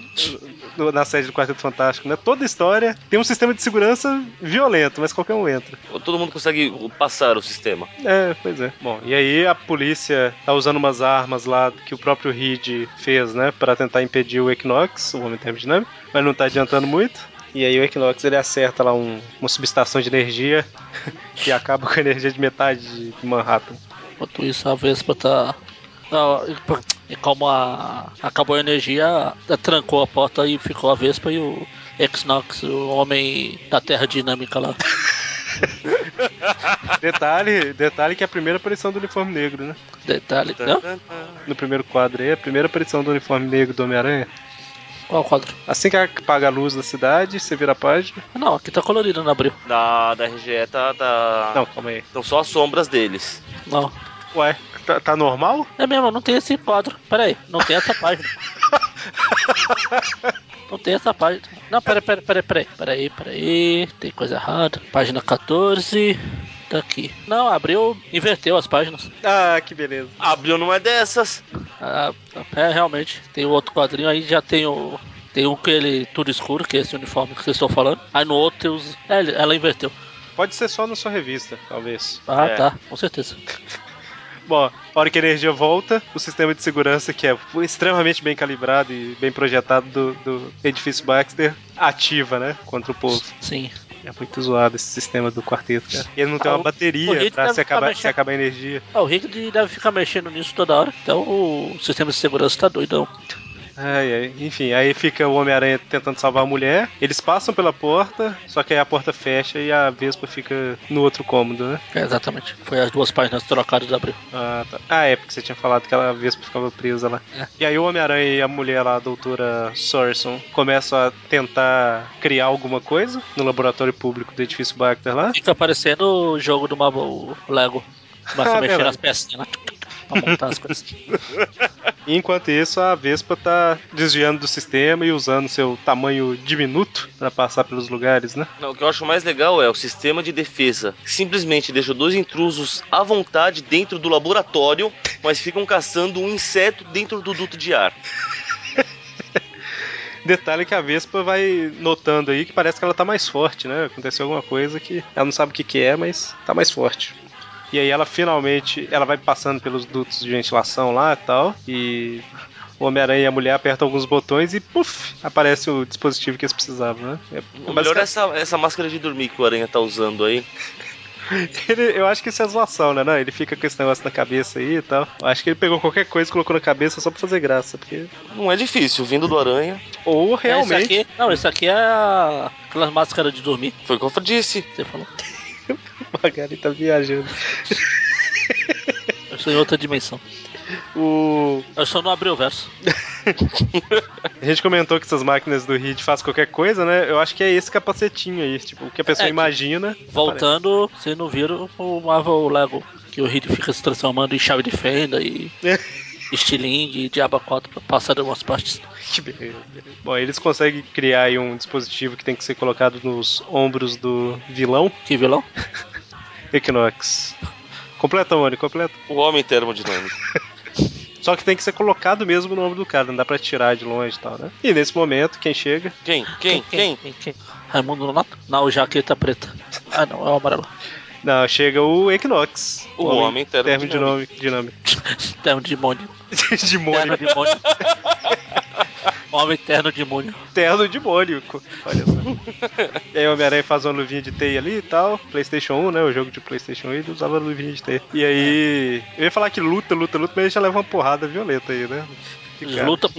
S1: no- na sede do Quarteto Fantástico, né? Toda história tem um sistema de segurança violento, mas qualquer um entra.
S3: Todo mundo consegue passar o sistema.
S1: É, pois é. Bom, e aí a polícia tá usando umas armas lá que o próprio Reed fez, né? Pra tentar impedir o Equinox, o homem termodinâmico, mas não tá adiantando muito. E aí o Equinox ele acerta lá um- uma subestação de energia (laughs) que acaba com a energia de metade de Manhattan.
S2: Enquanto isso, a Vespa tá. Não, e- e como a... acabou a energia, a- trancou a porta e ficou a Vespa e o Exnox, o homem da Terra Dinâmica lá.
S1: Detalhe, detalhe que é a primeira aparição do uniforme negro, né?
S2: Detalhe. Não?
S1: No primeiro quadro aí, a primeira aparição do uniforme negro do Homem-Aranha.
S2: Qual quadro?
S1: Assim que apaga a luz da cidade, você vira a página.
S2: Ah, Não, aqui tá colorido no abril.
S3: Da, da RGE tá. tá...
S1: Não, calma aí.
S3: São só as sombras deles.
S2: Não.
S1: Ué, tá, tá normal?
S2: É mesmo, não tem esse quadro. Pera aí, não tem essa página. Não tem essa página. Não, pera, pera, pera, pera aí. Pera aí, pera aí. Tem coisa errada. Página 14. Tá aqui. Não, abriu, inverteu as páginas.
S1: Ah, que beleza.
S3: Abril não é dessas.
S2: Ah, é, realmente. Tem o outro quadrinho aí, já tem o. Tem um que ele tudo escuro, que é esse uniforme que vocês estão falando. Aí no outro tem os. É, ele- ela inverteu.
S1: Pode ser só na sua revista, talvez.
S2: Ah,
S3: É.
S2: tá, com certeza.
S1: Bom, a hora que a energia volta, o sistema de segurança, que é extremamente bem calibrado e bem projetado do, do edifício Baxter, ativa, né? Contra o povo.
S2: Sim.
S1: É muito zoado esse sistema do quarteto, cara. Ele não tem
S2: Ah,
S1: uma
S2: o- o
S1: bateria
S2: Rick
S1: pra
S2: deve
S1: se
S2: ficar
S1: acabar,
S2: mexendo.
S1: se acabar a energia.
S2: Ah, o Rick deve ficar mexendo nisso toda hora, então o sistema de segurança tá doidão.
S1: Ai, ai. Enfim, aí fica o Homem-Aranha tentando salvar a mulher. Eles passam pela porta, só que aí a porta fecha e a Vespa fica no outro cômodo, né?
S2: É, exatamente. Foi as duas páginas trocadas da abril.
S1: Ah, tá. Ah, é, porque você tinha falado que a Vespa ficava presa lá.
S2: É.
S1: E aí o Homem-Aranha e a mulher lá, a doutora Sorson, começam a tentar criar alguma coisa no laboratório público do edifício Baxter lá.
S2: Fica parecendo o jogo do Marvel o Lego. Começa
S1: Ah,
S2: a mexer
S1: verdade.
S2: nas pecinhas né? pra montar as (laughs) coisas.
S1: E enquanto isso, a Vespa tá desviando do sistema e usando seu tamanho diminuto pra passar pelos lugares, né?
S3: Não, o que eu acho mais legal é o sistema de defesa. Simplesmente deixa dois intrusos à vontade dentro do laboratório, mas ficam caçando um inseto dentro do duto de ar.
S1: Detalhe que a Vespa vai notando aí que parece que ela tá mais forte, né? Aconteceu alguma coisa que ela não sabe o que, que é, mas tá mais forte. E aí ela finalmente, ela vai passando pelos dutos de ventilação lá e tal, e o Homem-Aranha e a mulher apertam alguns botões e puf, aparece o dispositivo que eles precisavam, né? É, (laughs)
S3: O melhor é
S1: basicamente,
S3: essa, essa máscara de dormir que o Aranha tá usando aí.
S1: ele- eu acho que isso é zoação, né? Não, ele fica com esse negócio na cabeça aí e tal. Eu acho que ele pegou qualquer coisa e colocou na cabeça só pra fazer graça, porque... tipo,
S3: Não é difícil, vindo do Aranha.
S1: Ou
S2: É,
S1: realmente...
S2: isso aqui, não, isso aqui é a- aquelas máscaras de dormir
S3: Foi o que eu disse.
S2: que você falou.
S1: (laughs) O Magari tá viajando.
S2: Eu sou em outra dimensão.
S1: O...
S2: Eu só não abri o verso.
S1: A gente comentou que essas máquinas do Reed fazem qualquer coisa, né? Eu acho que é esse capacetinho aí, tipo, o que a pessoa
S2: É,
S1: imagina. (laughs)
S2: Voltando, vocês não viram o Marvel Lego, que o Reed fica se transformando em chave de fenda e estilingue e diaba 4 pra passar de algumas partes.
S1: Que beleza. Bom, eles conseguem criar aí um dispositivo que tem que ser colocado nos ombros do vilão,
S2: Que vilão?
S1: Equinox. Completa, Mônica, completa.
S3: O homem termodinâmico.
S1: Só que tem que ser colocado mesmo no ombro do cara, não dá pra tirar de longe e tal, né? E nesse momento, quem chega?
S3: Quem? Quem? Quem?
S2: quem? quem? Raimundo Nonato? Não, o jaqueta preta. Ah, não, é o amarelo. (laughs)
S1: Não, chega o Equinox.
S3: O homem termodinâmico.
S1: termodinâmico. Dinâmico.
S2: Terno de demônio.
S1: (laughs) de
S2: Terno
S1: molho.
S2: de demônio. (laughs) Homem terno de demônio.
S1: terno de Mônico. Olha só. e aí o Homem-Aranha faz uma luvinha de teia ali e tal. Playstation 1, né? O jogo de Playstation 1, ele usava luvinha de teia. E aí. Eu ia falar que luta, luta, luta, mas ele já leva uma porrada violenta aí, né? Que cara.
S2: Luta.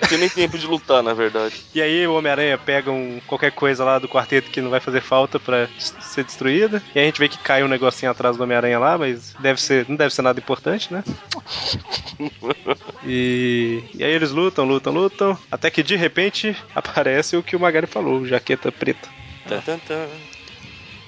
S3: Não tem nem tempo de lutar, na verdade.
S1: E aí o Homem-Aranha pega um, qualquer coisa lá do quarteto que não vai fazer falta pra s- ser destruída. E a gente vê que cai um negocinho atrás do Homem-Aranha lá, mas deve ser, não deve ser nada importante, né? E, e aí eles lutam, lutam, lutam, até que de repente (laughs) aparece o que o Magari falou, o jaqueta preta.
S3: Tan, tan, tan.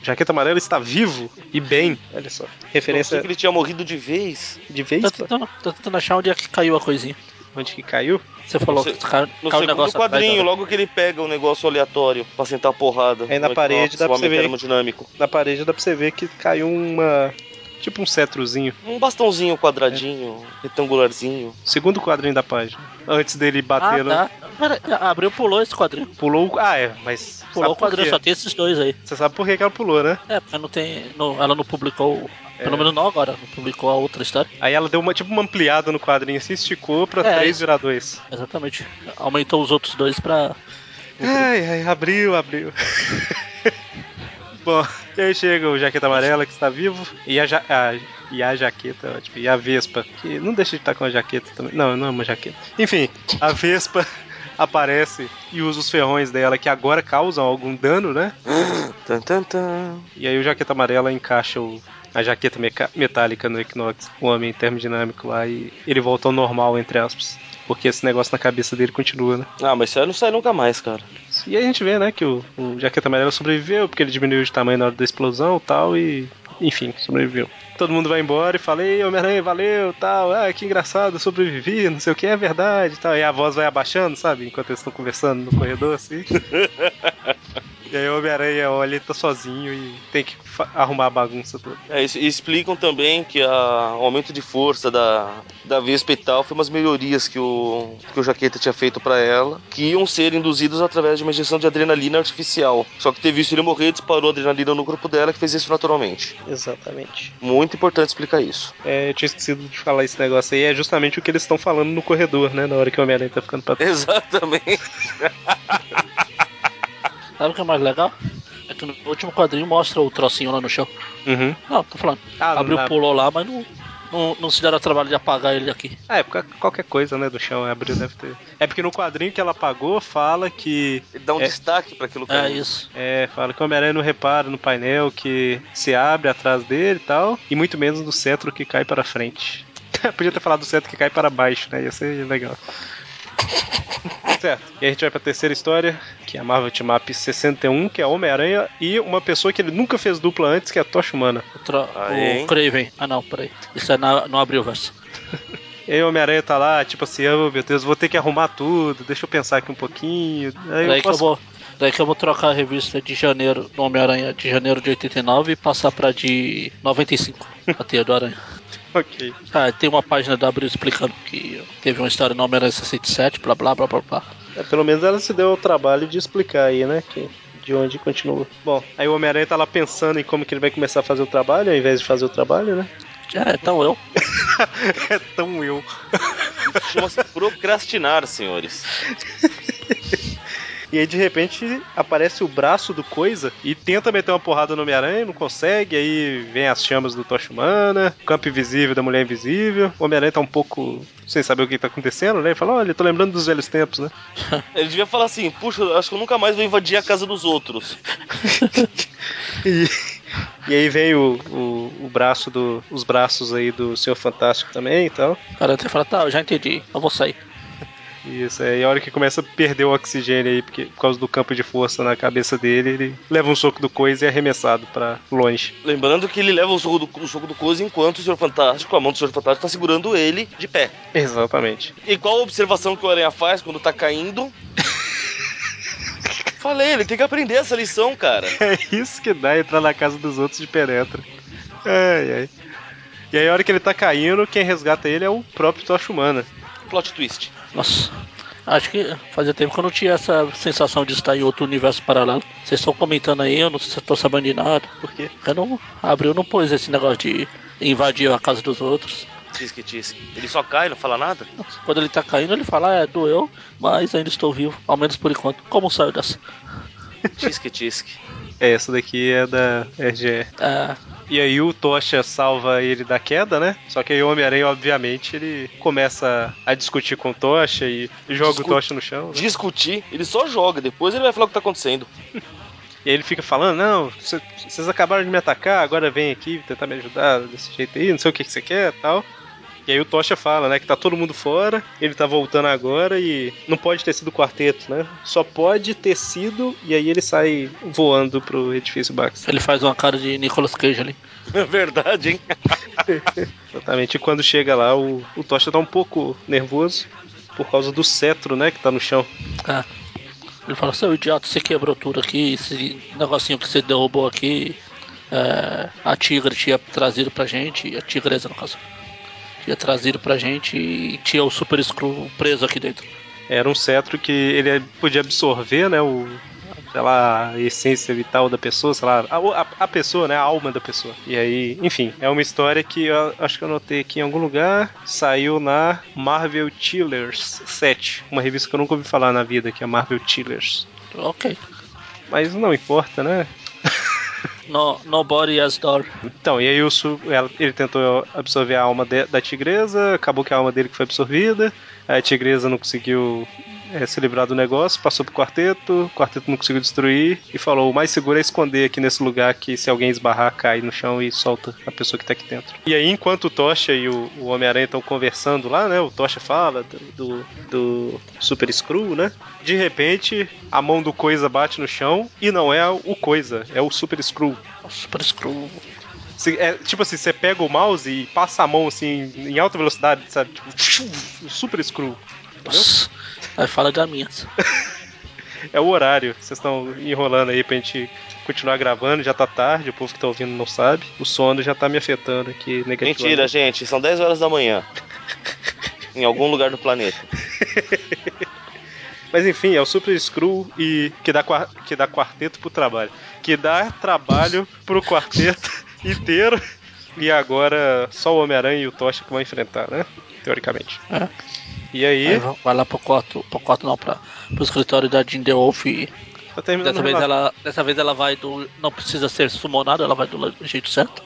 S1: Jaqueta Amarela está vivo e bem. Olha só.
S3: Pensei
S1: Referência
S3: que ele tinha morrido de vez.
S1: de
S2: Tô
S1: vez,
S2: tentando, tô tentando achar onde é que caiu a coisinha.
S1: Tá, onde que caiu.
S2: Você falou
S3: No se-
S2: que caiu,
S3: No
S2: caiu um
S3: segundo
S2: negócio atrás
S3: quadrinho,
S2: da-
S3: logo que ele pega um negócio aleatório pra sentar a porrada.
S1: Aí na
S3: No
S1: parede
S3: Equinox,
S1: dá
S3: o
S1: pra você
S3: homem
S1: ver.
S3: termodinâmico.
S1: Na parede dá pra você ver que caiu uma. Tipo um cetrozinho.
S3: Um bastãozinho quadradinho, retangularzinho.
S1: Segundo quadrinho da página. Antes dele bater, né?
S2: Ah, tá. Pera, abriu, pulou esse quadrinho.
S1: pulou. o- Ah, é, mas.
S2: Pulou o
S1: sabe por
S2: quadrinho,
S1: quê?
S2: só tem esses dois aí.
S1: Você sabe por que que ela pulou, né?
S2: É, porque não tem. não- ela não publicou.
S1: É.
S2: Pelo menos não agora, não publicou a outra história.
S1: Aí ela deu uma, tipo uma ampliada no quadrinho assim, esticou pra
S2: É,
S1: 3
S2: isso.
S1: virar 2.
S2: Exatamente. Aumentou os outros dois pra.
S1: Ai, ai, abriu, abriu. (laughs) Bom, e aí chega o Jaqueta Amarela, que está vivo, e a, ja a- e a Jaqueta, ótimo, e a Vespa, que não deixa de estar com a Jaqueta também. Não, não é uma Jaqueta. Enfim, a Vespa (laughs) aparece e usa os ferrões dela, que agora causam algum dano, né?
S3: Tan, tan, tan.
S1: E aí o Jaqueta Amarela encaixa o- a jaqueta meca- metálica no Equinox, o homem termodinâmico lá, e ele volta ao normal, entre aspas. Porque esse negócio na cabeça dele continua, né?
S3: Ah, mas isso aí não sai nunca mais, cara.
S1: E aí a gente vê, né, que o, o Jaqueta Amarela sobreviveu, porque ele diminuiu de tamanho na hora da explosão e tal, e. Enfim, sobreviveu. Todo mundo vai embora e fala, ei, Homem-Aranha, valeu, tal, ah, que engraçado, eu sobrevivi, não sei o que, é verdade, tal. E a voz vai abaixando, sabe, enquanto eles estão conversando no corredor, assim. E aí o Homem-Aranha olha e tá sozinho e tem que fa- arrumar a bagunça toda.
S3: É, e e explicam também que a- o aumento de força da, da Vespa e tal foi umas melhorias que o, que o Jaqueta tinha feito pra ela, que iam ser induzidos através de uma injeção de adrenalina artificial. Só que ter visto ele morrer, disparou a adrenalina no corpo dela, que fez isso naturalmente.
S1: Exatamente.
S3: Muito importante explicar isso.
S1: É, eu tinha esquecido de falar esse negócio aí. É justamente o que eles estão falando no corredor, né? Na hora que o Homem-Aranha tá ficando pra trás.
S3: (laughs) Exatamente.
S2: Sabe o que é mais legal? É que no último quadrinho mostra o trocinho lá no chão.
S1: Uhum.
S2: Não, tô falando.
S1: Ah,
S2: Abriu,
S1: na-
S2: pulou lá, mas não, não, não se deram o trabalho de apagar ele aqui.
S1: Ah, é porque qualquer coisa, né? Do chão abriu, deve ter. É porque no quadrinho que ela apagou, fala que.
S3: Ele dá um
S1: É.
S3: destaque pra aquilo que
S2: É isso.
S1: É, fala que o Homem-Aranha não repara no painel que se abre atrás dele e tal. E muito menos no centro que cai para frente. (laughs) Podia ter falado do centro que cai para baixo, né? Ia ser legal. (laughs) Certo, e a gente vai pra terceira história, que é a Marvel Team Up 61, que é Homem-Aranha e uma pessoa que ele nunca fez dupla antes, que é a Tocha Humana.
S2: O, tro...
S3: Aí, hein?
S2: o Craven. Ah, não, peraí. Isso é na... não abriu o verso.
S1: E aí o Homem-Aranha tá lá, tipo assim, oh meu Deus, vou ter que arrumar tudo, deixa eu pensar aqui um pouquinho. Aí eu
S2: Daí que, eu
S1: posso...
S2: vou, daí que eu vou trocar a revista de janeiro do Homem-Aranha de janeiro de 89 e passar pra de 95, a teia do Aranha.
S1: Ok.
S2: Ah, tem uma página da Abril explicando que teve uma história no Homem-Aranha 67, blá blá blá blá blá.
S1: É, pelo menos ela se deu o trabalho de explicar aí, né? Que, de onde continua. Bom, aí o Homem-Aranha tá lá pensando em como que ele vai começar a fazer o trabalho, ao invés de fazer o trabalho, né?
S2: É, então eu.
S1: (laughs) é tão eu.
S3: Chama-se procrastinar, senhores.
S1: E aí de repente aparece o braço do coisa e tenta meter uma porrada no Homem-Aranha, não consegue, aí vem as chamas do Tocha Humana, o campo invisível da mulher invisível, o Homem-Aranha tá um pouco sem saber o que tá acontecendo, né? E fala, olha, tô lembrando dos velhos tempos, né?
S3: Ele devia falar assim: puxa, acho que eu nunca mais vou invadir a casa dos outros.
S1: E, e aí vem o, o, o braço do. os braços aí do Senhor Fantástico também e tal.
S2: O cara até fala, tá, eu já entendi, eu vou sair.
S1: Isso, aí a hora que começa a perder o oxigênio aí, porque, por causa do campo de força na cabeça dele, ele leva um soco do coisa e é arremessado pra longe.
S3: Lembrando que ele leva o soco do, o soco do Coisa enquanto o Senhor Fantástico, a mão do Senhor Fantástico, tá segurando ele de pé.
S1: Exatamente.
S3: E qual a observação que o Aranha faz quando tá caindo? Falei, ele tem que aprender essa lição, cara.
S1: (laughs) É isso que dá entrar na casa dos outros de penetra. Ai, ai. E aí a hora que ele tá caindo, quem resgata ele é o próprio Tocha Humana.
S3: Plot twist.
S2: Nossa. Acho que fazia tempo que eu não tinha essa sensação de estar em outro universo paralelo. Vocês estão comentando aí, eu não sei se eu tô sabendo de nada.
S1: Porque
S2: Eu não. Abriu, não pôs esse negócio de invadir a casa dos outros.
S3: Tisque, tisque. Ele só cai, não fala nada?
S2: Quando ele tá caindo, ele fala, "Ah, é, doeu, mas ainda estou vivo, ao menos por enquanto. Como saiu dessa?
S3: Tisque, tisque.
S1: é, essa daqui é da RGE.
S2: É,
S1: E aí o Tocha salva ele da queda, né? Só que aí o Homem-Aranha, obviamente, ele começa a discutir com o Tocha e joga
S3: Discu-
S1: o Tocha no chão. Né?
S3: Discutir, ele só joga, depois ele vai falar o que tá acontecendo. (laughs)
S1: E aí ele fica falando, não, cê- vocês acabaram de me atacar, agora vem aqui tentar me ajudar desse jeito aí, não sei o que que você quer tal. E aí o Tocha fala, né, que tá todo mundo fora, ele tá voltando agora e não pode ter sido o quarteto, né? Só pode ter sido, e aí ele sai voando pro edifício Baxter.
S2: ele faz uma cara de Nicolas Cage ali.
S3: É verdade, hein?
S1: Exatamente. E quando chega lá, o, o Tocha tá um pouco nervoso por causa do cetro, né, que tá no chão.
S2: É. Ele fala, seu idiota, você quebrou tudo aqui, esse negocinho que você derrubou aqui. é, a tigre tinha trazido pra gente, a tigresa no caso. Tinha trazido pra gente e tinha o super screw preso aqui dentro.
S1: Era um cetro que ele podia absorver, né, o sei lá, a essência vital da pessoa, sei lá, a, a- a pessoa, né, a alma da pessoa. E aí, enfim, é uma história que eu acho que eu anotei aqui em algum lugar, saiu na Marvel Chillers 7, uma revista que eu nunca ouvi falar na vida, que é Marvel Chillers.
S2: Ok.
S1: Mas não importa, né?
S2: No, nobody has door.
S1: Então, e aí o Su- ela- ele tentou absorver a alma de- da tigresa, acabou que a alma dele que foi absorvida, a tigresa não conseguiu eh, se livrar do negócio, passou pro quarteto, o quarteto não conseguiu destruir e falou: o mais seguro é esconder aqui nesse lugar que se alguém esbarrar, cai no chão e solta a pessoa que tá aqui dentro. E aí, enquanto o Tocha e o, o Homem-Aranha estão conversando lá, né? O Tocha fala do, do, do Super Screw, né? De repente, a mão do Coisa bate no chão e não é o Coisa, é o Super Screw.
S2: O super screw.
S1: Cê- é, tipo assim, você pega o mouse e passa a mão assim em alta velocidade, sabe? Tipo, super screw.
S2: Nossa. Aí fala de minha.
S1: é o horário. Vocês estão enrolando aí pra gente continuar gravando, já tá tarde, o povo que tá ouvindo não sabe. O sono já tá me afetando aqui negativamente.
S3: Mentira, gente, são 10 horas
S1: (laughs)
S3: da manhã. em algum lugar do planeta.
S1: Mas enfim, é o Super Screw e que dá, qua- que dá quarteto pro trabalho. Que dá trabalho pro quarteto (laughs) inteiro. E agora só o Homem-Aranha e o Tocha que vão enfrentar, né? Teoricamente.
S2: É.
S1: E aí,
S2: Aí vai- vai lá pro quarto, pro quarto não, pra, pro escritório da Jean DeWolf e
S1: tá terminando
S2: dessa
S1: o
S2: vez,
S1: relato.
S2: ela, dessa vez ela vai do. Não precisa ser sumonada, ela vai do la- jeito certo.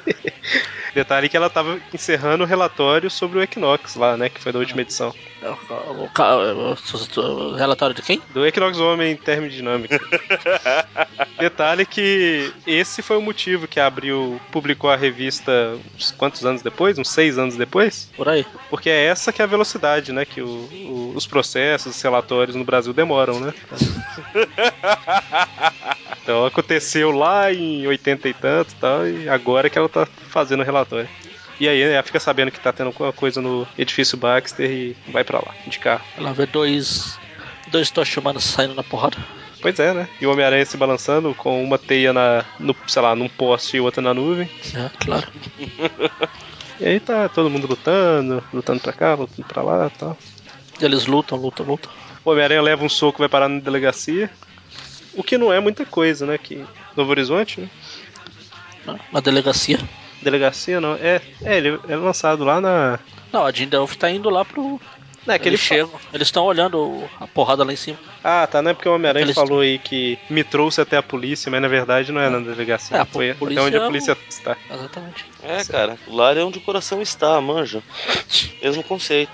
S1: Detalhe que ela tava encerrando o relatório sobre o Equinox lá, né? Que foi da última edição.
S2: O, ca- o- o- o relatório de quem?
S1: Do Equinox Homem Termodinâmica. Detalhe que esse foi o motivo que abriu, publicou a revista uns quantos anos depois? Uns seis anos depois?
S2: Por aí.
S1: Porque é essa que é a velocidade, né? Que o- o- os processos, os relatórios no Brasil demoram, né? Então aconteceu lá em 80 e tanto e tal, e agora que ela tá fazendo o relatório. E aí ela fica sabendo que tá tendo alguma coisa no edifício Baxter e vai pra lá, de carro.
S2: Ela vê dois. Dois tochos humanos saindo na porrada.
S1: Pois é, né? E o Homem-Aranha se balançando com uma teia na, no, sei lá, num poste e outra na nuvem.
S2: É, claro.
S1: E aí tá todo mundo lutando, lutando pra cá, lutando pra lá e tal.
S2: Eles lutam, lutam, lutam.
S1: O Homem-Aranha leva um soco e vai parar na delegacia. O que não é muita coisa, né? Que Novo Horizonte, né?
S2: né? Na delegacia.
S1: Delegacia não. É, é ele é lançado lá na.
S2: Não, a Jean Delphi tá indo lá pro.
S1: Não, é que ele
S2: eles
S1: fa-
S2: chegam. Eles estão olhando o- a porrada lá em cima.
S1: Ah, tá, não é porque o Homem-Aranha
S2: Aqueles-
S1: falou aí que me trouxe até a polícia, mas na verdade não é na delegacia.
S2: É, a
S1: foi até
S2: polícia
S1: onde
S2: é
S1: a
S2: o-
S1: polícia tá. está.
S2: Exatamente.
S3: É, cara, o lar é onde o coração está, manja. Mesmo conceito.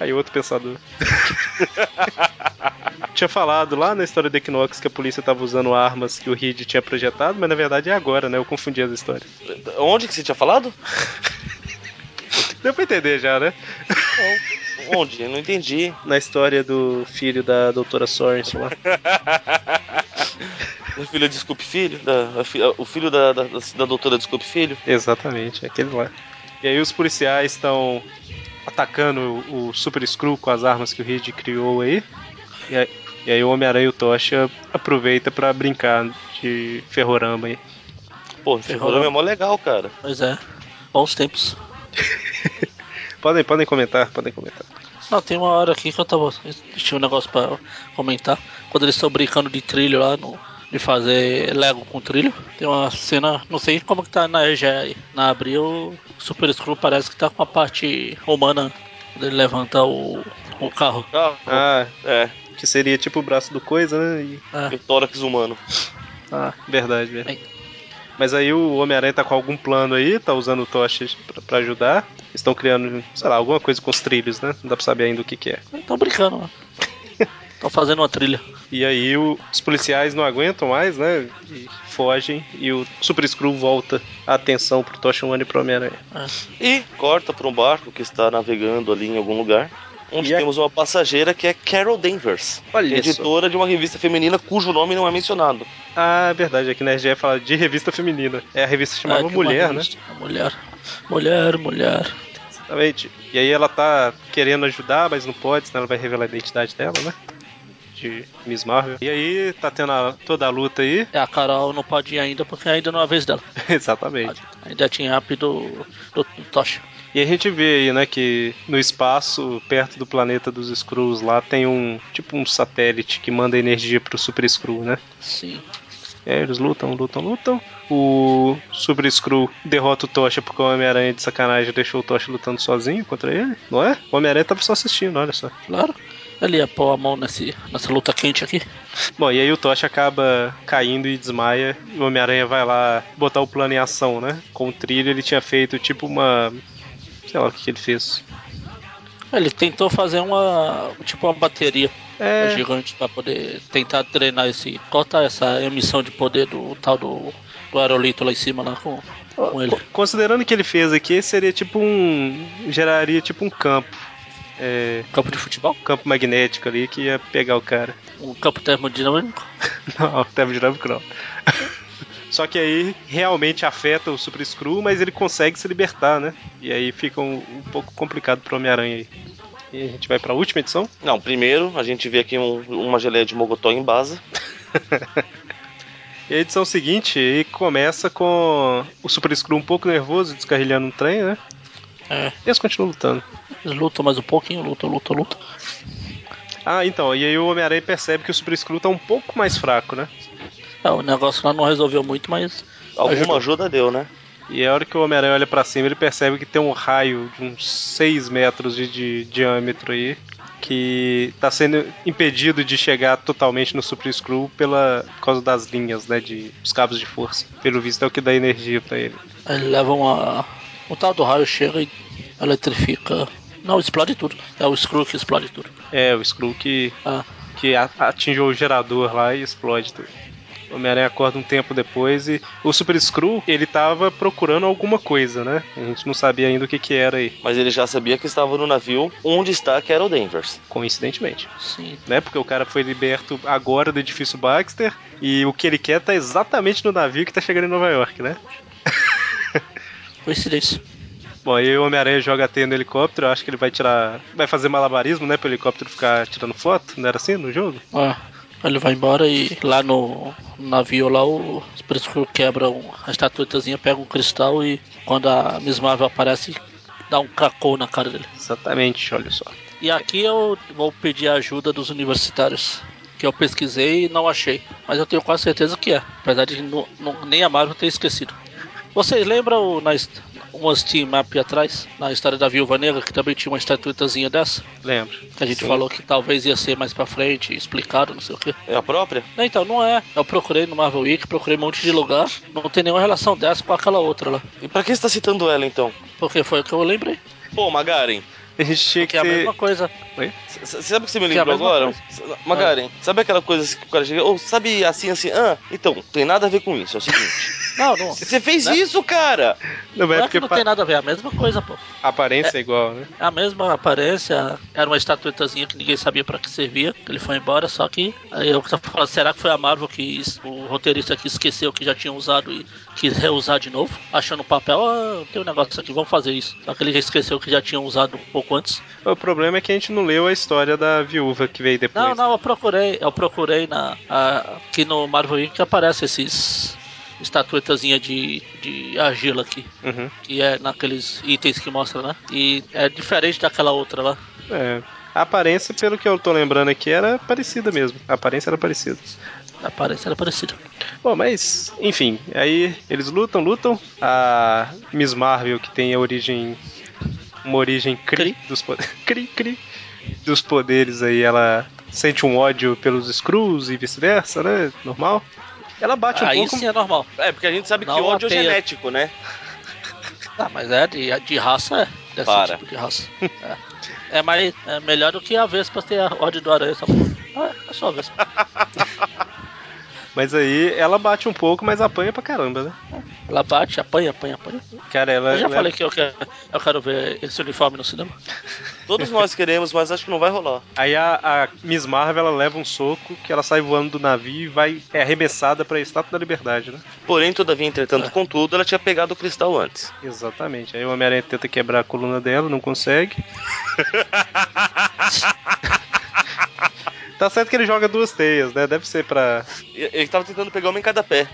S1: Aí outro pensador. (laughs) tinha falado lá na história do Equinox que a polícia tava usando armas que o Reed tinha projetado, mas na verdade é agora, né? Eu confundi as histórias.
S3: Onde que você tinha falado?
S1: Deu pra entender já, né?
S3: Onde? Eu não entendi.
S1: Na história do filho da doutora Sorensen lá.
S3: O filho Desculpe Filho? da- a fi- a- o filho da, da, da doutora Desculpe Filho?
S1: (laughs) Exatamente, aquele lá. E aí os policiais estão atacando o o Super Screw com as armas que o Reed criou aí. E aí, e aí o Homem-Aranha e o Tocha aproveita pra brincar de ferrorama aí.
S3: Pô, esse
S2: Ferrou,
S3: programa
S2: né?
S3: é mó legal, cara.
S2: Pois é. Bons tempos.
S1: Podem, podem comentar, podem comentar.
S2: Não, tem uma hora aqui que eu tava. Tinha um negócio pra comentar. Quando eles estão brincando de trilho lá, no- de fazer Lego com trilho. Tem uma cena, não sei como que tá na EGE aí. Na abril, o Super Screw parece que tá com a parte humana dele levantar o, o carro.
S3: Ah,
S1: Ah,
S3: é.
S1: que seria tipo o braço do coisa, né? E-
S2: né?
S3: E o tórax humano.
S1: Ah, verdade, verdade.
S2: Bem.
S1: Mas aí o Homem-Aranha tá com algum plano aí, tá usando tochas pra- pra ajudar. Estão criando, sei lá, alguma coisa com os trilhos, né? Não dá pra saber ainda o que que é.
S2: Estão
S1: (laughs)
S2: brincando, mano. Estão fazendo uma trilha.
S1: E aí o- os policiais não aguentam mais, né? E fogem. E o Super Screw volta a atenção pro Tocha Humano e pro Homem-Aranha.
S2: É,
S3: E corta pra um barco que está navegando ali em algum lugar. Onde
S1: E a-
S3: temos uma passageira que é Carol Danvers,
S1: Olha só.
S3: editora de uma revista feminina cujo nome não é mencionado.
S1: Ah, é verdade. Aqui na RGE fala de revista feminina. É a revista chamava
S2: Ah, que
S1: Mulher, né?
S2: revista. Mulher. Mulher, mulher.
S1: Exatamente. E aí ela tá querendo ajudar, mas não pode, senão ela vai revelar a identidade dela, né? De Miss Marvel. E aí tá tendo a- toda a luta aí. (laughs)
S2: É, a Carol não pode ir ainda porque ainda não é a vez dela.
S1: Exatamente.
S2: Ainda tinha app do, do, do Tocha.
S1: E a gente vê aí, né, que no espaço, perto do planeta dos Skrulls lá, tem um tipo um satélite que manda energia pro Super Skrull, né?
S2: Sim.
S1: E aí É, eles lutam, lutam, lutam. O Super Skrull derrota o Tocha porque o Homem-Aranha de sacanagem deixou o Tocha lutando sozinho contra ele, não é? O Homem-Aranha tava só assistindo, olha só.
S2: Claro. Ele ia pôr a mão nesse, nessa luta quente aqui.
S1: Bom, e aí o Tocha acaba caindo e desmaia. E o Homem-Aranha vai lá botar o plano em ação, né? Com o trilho ele tinha feito tipo uma. Sei lá o que, que ele fez.
S2: Ele tentou fazer uma. tipo uma bateria
S1: É.
S2: gigante pra poder tentar drenar esse. cortar essa emissão de poder do tal do, do aerolito lá em cima lá com, com ele.
S1: Considerando o que ele fez aqui, seria tipo um. geraria tipo um campo. É,
S2: Campo de futebol?
S1: um campo magnético ali que ia pegar o cara.
S2: Um campo termodinâmico?
S1: Não, (laughs) termodinâmico não. Só que aí realmente afeta o Super Screw, mas ele consegue se libertar, né? E aí fica um, um pouco complicado pro Homem-Aranha aí. E a gente vai pra última edição.
S3: Não, primeiro a gente vê aqui um- uma geleia de mogotó em base.
S1: E a edição seguinte e começa com o Super Screw um pouco nervoso, descarrilhando um trem, né?
S2: É,
S1: Eles continuam lutando.
S2: eles lutam mais um pouquinho, lutam, lutam, lutam.
S1: Ah, então, e aí o Homem-Aranha percebe que o Super Screw tá um pouco mais fraco, né?
S2: É, o negócio lá não resolveu muito, mas
S3: Alguma ajuda deu, né?
S1: E a hora que o Homem-Aranha olha pra cima, ele percebe que tem um raio de uns 6 metros de, de diâmetro aí, que tá sendo impedido de chegar totalmente no Super Screw pela, por causa das linhas, né, de, dos cabos de força. Pelo visto é o que dá energia pra ele.
S2: ele leva uma. O tal do raio chega e eletrifica. Não, explode tudo. É o Screw que explode tudo.
S1: É, o Screw que,
S2: Ah,
S1: que a- atinge o gerador lá e explode tudo. O Homem-Aranha acorda um tempo depois e o Super Screw, ele tava procurando alguma coisa, né? A gente não sabia ainda o que que era aí,
S3: Mas ele já sabia que estava no navio onde está que era o Danvers.
S1: coincidentemente.
S2: sim.
S1: né? Porque o cara foi liberto agora do edifício Baxter e o que ele quer tá exatamente no navio que tá chegando em Nova York, né?
S2: Coincidência.
S1: Bom, aí o Homem-Aranha joga a teia no helicóptero, eu acho que ele vai tirar. Vai fazer malabarismo, né? Pro helicóptero ficar tirando foto, não era assim no jogo?
S2: Ah, ele vai embora e lá no navio lá o Super Screw quebra um, a estatuetazinha, pega um cristal e quando a Miss Marvel aparece, dá um cacou na cara dele.
S1: Exatamente, olha só.
S2: E aqui eu vou pedir a ajuda dos universitários, que eu pesquisei e não achei. Mas eu tenho quase certeza que é, apesar de nu- nu- nem a Marvel ter esquecido. Vocês lembram na, his- umas team map atrás, na história da Viúva Negra, que também tinha uma estatuetazinha dessa?
S1: Lembro.
S2: Que a gente
S3: Sim.
S2: falou que talvez ia ser mais pra frente, explicado, não sei o quê.
S3: É a própria?
S2: Não, então, não é. Eu procurei no Marvel Week, procurei um monte de lugar. Não tem nenhuma relação dessa com aquela outra lá.
S3: E pra que você está citando ela então?
S2: Porque foi o que eu lembrei.
S3: Pô, Magaren,
S1: A gente tinha que
S2: Porque é a
S1: ter.
S2: mesma coisa.
S3: c- c- sabe o que você me
S2: Que é a
S3: lembrou
S2: mesma
S3: agora?
S2: coisa.
S3: S- Magaren, sabe aquela coisa que o cara chega. Ou sabe assim, assim, ah, então, tem nada a ver com isso, é o (laughs) seguinte.
S2: Não, não.
S3: Você fez
S2: Né?
S3: isso, cara!
S1: Não,
S2: Não
S1: mas é
S2: é que
S1: porque
S2: não
S1: pa-
S2: tem nada a ver, é a mesma coisa, pô.
S1: a aparência é igual, né?
S2: É A mesma aparência, era uma estatuetazinha que ninguém sabia pra que servia, que ele foi embora, só que aí eu tava falando, será que foi a Marvel que es- o roteirista que esqueceu que já tinha usado e quis reusar de novo, achando o papel, ah, tem um negócio aqui, vamos fazer isso. Só que ele já esqueceu que já tinha usado um pouco antes.
S1: O problema é que a gente não leu a história da viúva que veio depois.
S2: Não, não, eu procurei, eu procurei na a- aqui no Marvel Inc. aparece esses estatuetazinha de, de argila aqui,
S1: Uhum.
S2: que é naqueles itens que mostra, né? E é diferente daquela outra lá.
S1: É. A aparência, pelo que eu tô lembrando aqui, era parecida mesmo. A aparência era parecida.
S2: A aparência era é parecida.
S1: Bom, mas, enfim, aí eles lutam, lutam. A Miss Marvel, que tem a origem. Uma origem cri,
S2: Cri.
S1: dos poderes. (laughs) cri, cri dos poderes aí, ela sente um ódio pelos Screws e vice-versa, né? Normal. Ela bate um
S2: Aí
S1: pouco.
S2: sim é normal.
S3: É, porque a gente sabe que
S2: Não
S3: ódio é
S2: apeia.
S3: genético, né?
S2: Ah, mas é de, de raça, é. Desse
S3: Para.
S2: tipo de raça. É, é, mais, é melhor do que a Vespa ter a ódio do aranha. Só... Ah, é só a Vespa.
S1: Mas aí ela bate um pouco, mas apanha pra caramba, né?
S2: Ela bate, apanha, apanha, apanha.
S1: Cara, ela.
S2: Eu já
S1: ela-
S2: falei que eu quero, eu quero ver esse uniforme no cinema.
S3: Todos nós queremos, mas acho que não vai rolar.
S1: Aí a, a Miss Marvel ela leva um soco que ela sai voando do navio e vai. É arremessada pra estátua da liberdade, né?
S3: Porém, todavia, entretanto,
S2: É.
S3: contudo, ela tinha pegado o cristal antes.
S1: Exatamente. Aí o Homem-Aranha tenta quebrar a coluna dela, não consegue. tá certo que ele joga duas teias, né? Deve ser pra.
S3: E- Ele tava tentando pegar uma em cada pé.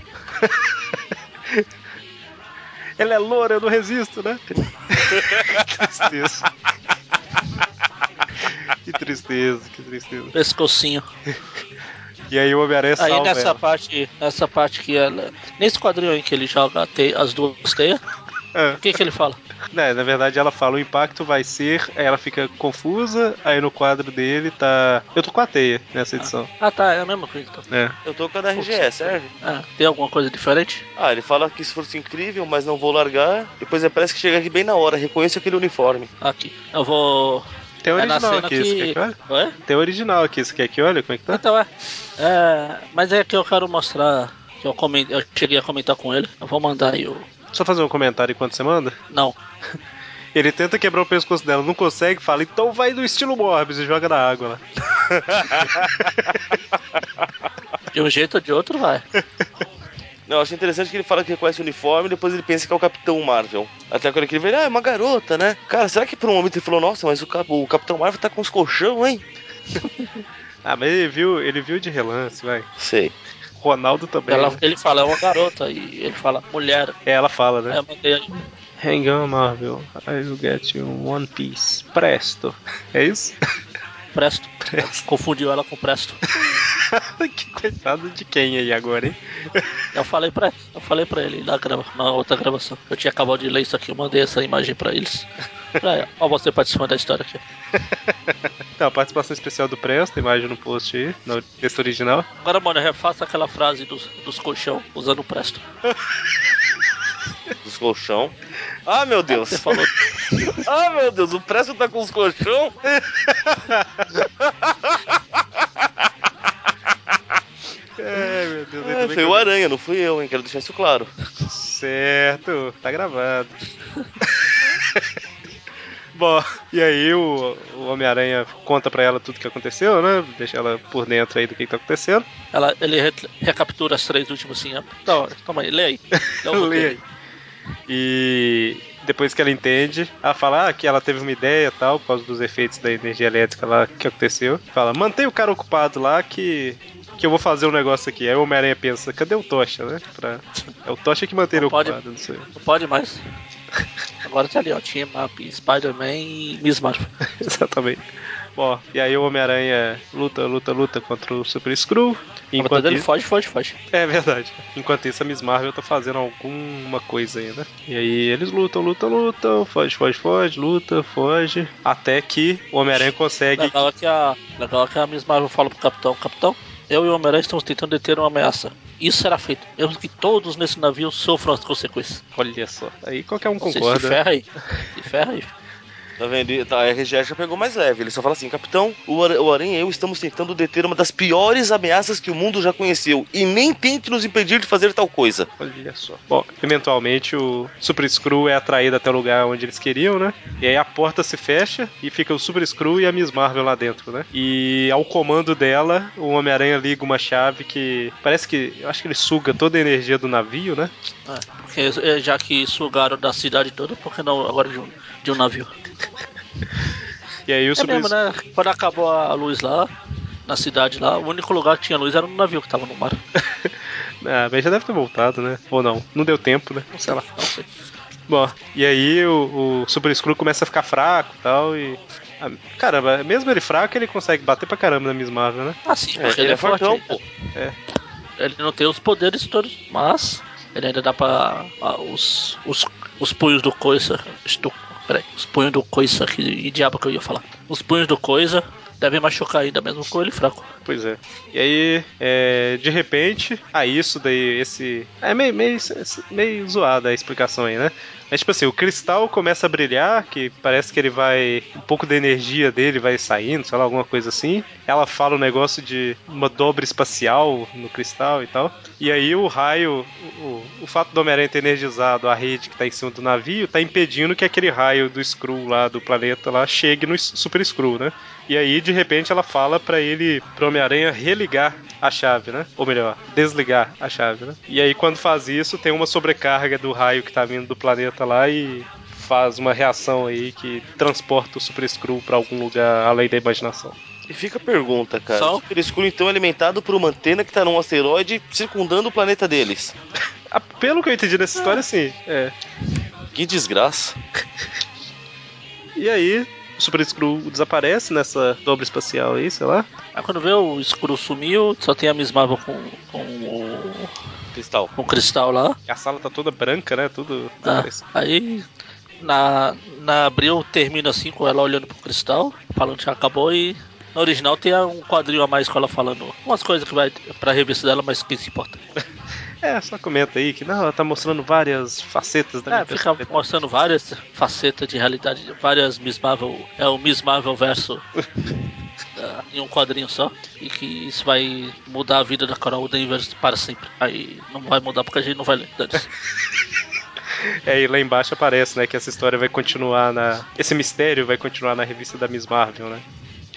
S1: Ele é loura, eu não resisto, né? que tristeza. que tristeza, que tristeza.
S2: Pescocinho.
S1: E aí o Homem-Aranha
S2: Aí
S1: salva
S2: nessa
S1: ela.
S2: parte, nessa parte que ela. Nesse quadrinho aí que ele joga a te- as duas teias,
S1: É.
S2: o que, que ele fala?
S1: Né, na verdade, ela fala: o impacto vai ser. Aí ela fica confusa. Aí no quadro dele tá. Eu tô com a teia nessa edição.
S2: Ah tá, é a mesma coisa então.
S1: É.
S3: Eu tô com a da RGE, serve?
S2: Ah, tem alguma coisa diferente?
S3: Ah, ele fala que esforço incrível, mas não vou largar. Depois é, parece que chega aqui bem na hora, reconheço aquele uniforme.
S2: Aqui. Eu vou.
S1: Tem
S2: é na
S1: original
S2: cena
S1: aqui, você quer
S2: que.
S1: que eu olhe?
S2: Oi?
S1: Tem original aqui, você quer que eu olhe? Como é que tá?
S2: Então é. é. Mas é que eu quero mostrar. Que eu, comen- eu cheguei a comentar com ele. Eu vou mandar aí o.
S1: Só fazer um comentário enquanto você manda.
S2: Não.
S1: Ele tenta quebrar o pescoço dela, não consegue, fala, então vai no estilo Morbius e joga na água lá.
S2: De um jeito ou de outro vai.
S3: Não, eu achei interessante que ele fala que reconhece o uniforme e depois ele pensa que é o Capitão Marvel. Até quando ele vê, ah, é uma garota, né? Cara, será que por um momento ele falou, nossa, mas o, Cap- o Capitão Marvel tá com os colchão, hein?
S1: Ah, mas ele viu, ele viu de relance, vai.
S3: Sei.
S1: Ronaldo também.
S2: Ela-
S1: né?
S2: ele fala, é uma garota, e ele fala, mulher,
S1: É, ela fala, né?
S2: é uma grande.
S1: Hang on, Marvel. I will get you one piece. Presto. É isso? (laughs)
S2: Presto. Confundiu ela com Presto.
S1: que coitado de quem aí agora, hein? (laughs)
S2: Eu falei pra, eu falei pra ele na, grava, na outra gravação. Eu tinha acabado de ler isso aqui, eu mandei essa imagem pra eles. (laughs) Pra, ó, você participando da história aqui.
S1: Então, a participação especial do Presto, imagem no post aí, no texto original.
S2: Agora, mano, refaça aquela frase dos, dos colchão usando o Presto.
S3: Os colchão. Ah, meu Deus.
S2: Você falou.
S3: (laughs)
S2: (laughs)
S3: Ah, meu Deus, o Presto tá com os colchão?
S1: É, meu Deus,
S3: Ah, foi o Aranha, não fui eu, hein? Quero deixar isso claro.
S1: Certo, tá gravado. Bom, e aí o, o Homem-Aranha conta pra ela tudo que aconteceu, né? Deixa ela por dentro aí do que, que tá acontecendo.
S2: Ela, ele re- recaptura as três últimas assim. ó. Da hora. Toma aí, lê aí. um Lê o
S1: Lê
S2: roteiro.
S1: aí. E depois que ela entende, ela fala ah, que ela teve uma ideia e tal, por causa dos efeitos da energia elétrica lá que aconteceu. Fala, mantém o cara ocupado lá que. Que eu vou fazer um negócio aqui. Aí o Homem-Aranha pensa, cadê o Tocha, né? Pra... É o Tocha que mantém ele
S2: Não pode-
S1: ocupado, não sei.
S2: Não pode mais. Agora tá ali, ó. Team Up, Spider-Man e Miss Marvel.
S1: (laughs) Exatamente. Bom, e aí o Homem-Aranha luta, luta, luta contra o Super Screw.
S2: Na verdade,
S1: Enquanto
S2: ele
S1: isso...
S2: foge, foge, foge.
S1: (laughs) É verdade. Enquanto isso, a Miss Marvel tá fazendo alguma coisa ainda. E aí eles lutam, lutam, lutam, foge, foge, foge, luta, foge. Até que o Homem-Aranha consegue.
S2: Legal é que a, legal é que a Miss Marvel fala pro capitão: Capitão, eu e o Homem-Aranha estamos tentando deter uma ameaça. Isso será feito. Mesmo que todos nesse navio sofram as consequências.
S1: (laughs) Olha só. Aí qualquer um
S2: Você
S1: concorda.
S2: se
S1: né?
S2: ferra aí. Se ferra aí.
S3: Tá vendo? E tá, A RGE já pegou mais leve. Ele só fala assim: Capitão, o Ara- o Aranha e eu estamos tentando deter uma das piores ameaças que o mundo já conheceu. E nem tente nos impedir de fazer tal coisa.
S1: Olha só. Bom, eventualmente o Super Screw é atraído até o lugar onde eles queriam, né? E aí a porta se fecha e fica o Super Screw e a Miss Marvel lá dentro, né? E ao comando dela, o Homem-Aranha liga uma chave que parece que eu acho que ele suga toda a energia do navio, né?
S2: É, porque, é, já que sugaram da cidade toda, por que não agora de um, de um navio?
S1: E aí o
S2: É
S1: Super
S2: mesmo, né? Quando acabou a luz lá, na cidade lá, o único lugar que tinha luz era no navio que tava no mar.
S1: Ah, mas já deve ter voltado, né? Ou não? Não deu tempo, né? Sei lá.
S2: Não sei.
S1: Bom, e aí o, o Super Screw começa a ficar fraco e tal, e. Ah, Caramba, mesmo ele fraco, ele consegue bater pra caramba na Miss Marvel, né?
S2: Ah, sim, porque ele, é forte. É.
S3: fortão,
S2: ele-
S3: pô.
S2: Ele não tem os poderes todos, mas ele ainda dá pra. ah, os, os, os punhos do coisa. Estou, peraí, os punhos do coisa, que e diabo que eu ia falar. Os punhos do coisa devem machucar ainda, mesmo com ele fraco.
S1: Pois é. E aí, é, de repente, ah, isso daí, esse. É meio, meio, meio zoada a explicação aí, né? Mas tipo assim, o cristal começa a brilhar, que parece que ele vai. Um pouco da energia dele vai saindo, sei lá, alguma coisa assim. Ela fala um negócio de uma dobra espacial no cristal e tal. E aí o raio. O, o fato do Homem-Aranha ter energizado a rede que tá em cima do navio tá impedindo que aquele raio do Skrull lá do planeta lá chegue no Super Skrull, né? E aí, de repente, ela fala pra ele, pro Homem-Aranha, religar a chave, né? Ou melhor, desligar a chave, né? E aí, quando faz isso, tem uma sobrecarga do raio que tá vindo do planeta lá e faz uma reação aí que transporta o Super Screw pra algum lugar além da imaginação.
S3: E fica a pergunta, cara.
S2: Só-
S3: O Super escuro, então, é alimentado por uma antena que tá num asteroide circundando o planeta deles.
S1: Ah, Pelo que eu entendi nessa história, sim. É.
S3: Que desgraça.
S1: E aí, o Super Screw desaparece nessa dobra espacial aí, sei lá.
S2: Aí quando vê o escuro sumiu, só tem a Miss Marvel com, com, o,
S3: Cristal.
S2: com o cristal lá.
S1: A sala tá toda branca, né? Tudo
S2: Ah,
S1: desaparece.
S2: aí na, na abril termina assim com ela olhando pro cristal, falando que já acabou e no original tem um quadrinho a mais com ela falando umas coisas que vai pra revista dela, mas quem se importa.
S1: É, só comenta aí que não, ela tá mostrando várias facetas da
S2: É,
S1: minha
S2: fica
S1: personalidade.
S2: mostrando várias facetas de realidade, várias Miss Marvel, é o Miss Marvel (laughs) verso ah, em um quadrinho só, e que isso vai mudar a vida da Carol Danvers para sempre. Aí não vai mudar porque a gente não vai ler. (laughs) dane-se.
S1: É, e lá embaixo aparece, né, que essa história vai continuar na. Esse mistério vai continuar na revista da Miss Marvel, né?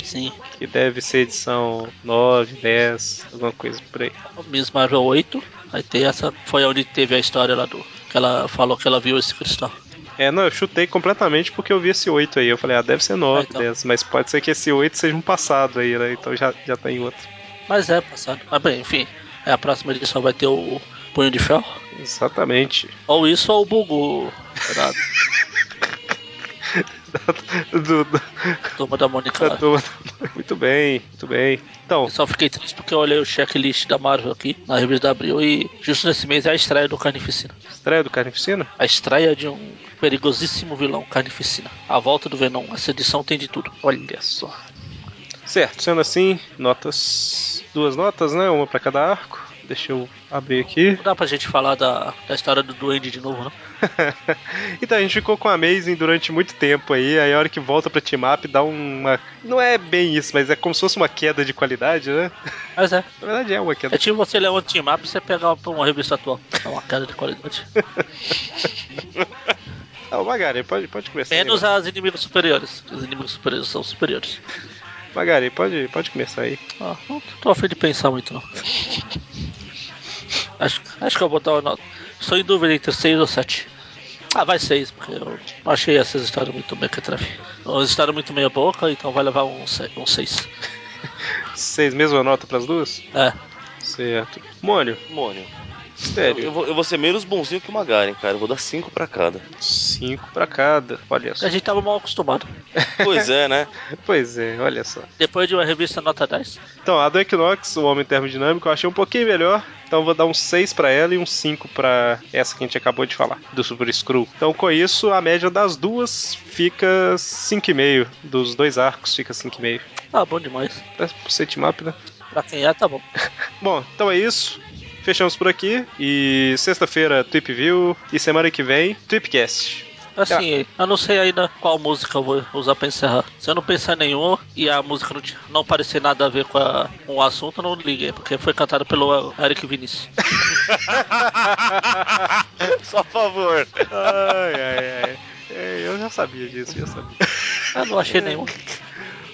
S2: Sim,
S1: Que deve ser edição 9, 10, alguma coisa por aí.
S2: Miss Marvel 8, Aí tem essa. Foi onde teve a história lá do. Que ela falou que ela viu esse cristal.
S1: É, não, eu chutei completamente porque eu vi esse 8 aí. Eu falei, ah, deve ser 9,
S2: Ah, então.
S1: 10, mas pode ser que esse 8 seja um passado aí, né? Então já, já tá em outro.
S2: Mas é passado. Mas bem, enfim. É a próxima edição vai ter o punho de ferro.
S1: Exatamente. (laughs)
S2: Ou isso ou o Bugu. Da
S1: Do- do-
S2: turma da
S1: da
S2: Mônica. lá.
S1: turma. Muito bem, muito bem. Então,
S2: Eu só fiquei triste porque eu olhei o checklist da Marvel aqui na revista da Abril e justo nesse mês é a estreia do Carnificina.
S1: estreia do Carnificina?
S2: A estreia de um perigosíssimo vilão, Carnificina. A volta do Venom. Essa edição tem de tudo.
S1: Olha só. Certo, sendo assim, notas. Duas notas, né? Uma pra cada arco. Deixa eu abrir aqui. (laughs)
S2: Não dá pra gente falar da, da história do Duende de novo, não?
S1: então a gente ficou com a Amazing durante muito tempo aí, aí a hora que volta pra team up dá uma. Não é bem isso, mas é como se fosse uma queda de qualidade, né? (laughs)
S2: Mas é.
S1: Na verdade é uma
S2: É
S1: queda.
S2: tipo você ler um team up e você pegar uma, uma revista atual. É uma cara de qualidade.
S1: Ah, o Magari, pode, pode começar. aí, né?
S2: Menos as inimigos superiores. Os inimigos superiores são superiores.
S1: Magari, pode, pode começar aí.
S2: Ah, não tô afim de pensar muito, não. Acho, acho que eu vou botar uma nota. Estou em dúvida entre 6 ou 7. Ah, vai 6, porque eu não achei essas histórias muito mequetrefe. As histórias muito meia boca, então vai levar um 6. Um seis.
S1: Seis mesma nota pras duas?
S2: é.
S1: Certo. Mônio,
S3: Mônio, eu,
S1: sério.
S3: eu vou, eu vou ser menos bonzinho que o Magaren, cara. Eu vou dar 5 pra cada.
S1: Cinco pra cada. Olha
S2: (laughs)
S1: só.
S2: A gente tava mal acostumado.
S3: Pois é, né?
S1: Pois é, olha só.
S2: Depois de uma revista nota 10,
S1: Então, a do Equinox, o Homem Termodinâmico, eu achei um pouquinho melhor. Então, eu vou dar um 6 pra ela e um 5 pra essa que a gente acabou de falar, do Super Screw. Então, com isso, a média das duas fica 5,5. Dos dois arcos fica 5,5.
S2: ah, bom demais.
S1: Pra set map, né?
S2: Pra quem é, tá bom.
S1: Bom, então é isso. Fechamos por aqui. E sexta-feira, Trip View. E semana que vem, Tripcast.
S2: Assim, eu não sei ainda qual música eu vou usar pra encerrar. Se eu não pensar em nenhuma e a música não, ti- não parecer nada a ver com, a- com o assunto, não liguei, porque foi cantada pelo Eric Vinicius.
S3: (laughs) Só a favor.
S1: Ai, ai, ai. É, Eu já sabia disso, já sabia.
S2: Eu não achei nenhuma.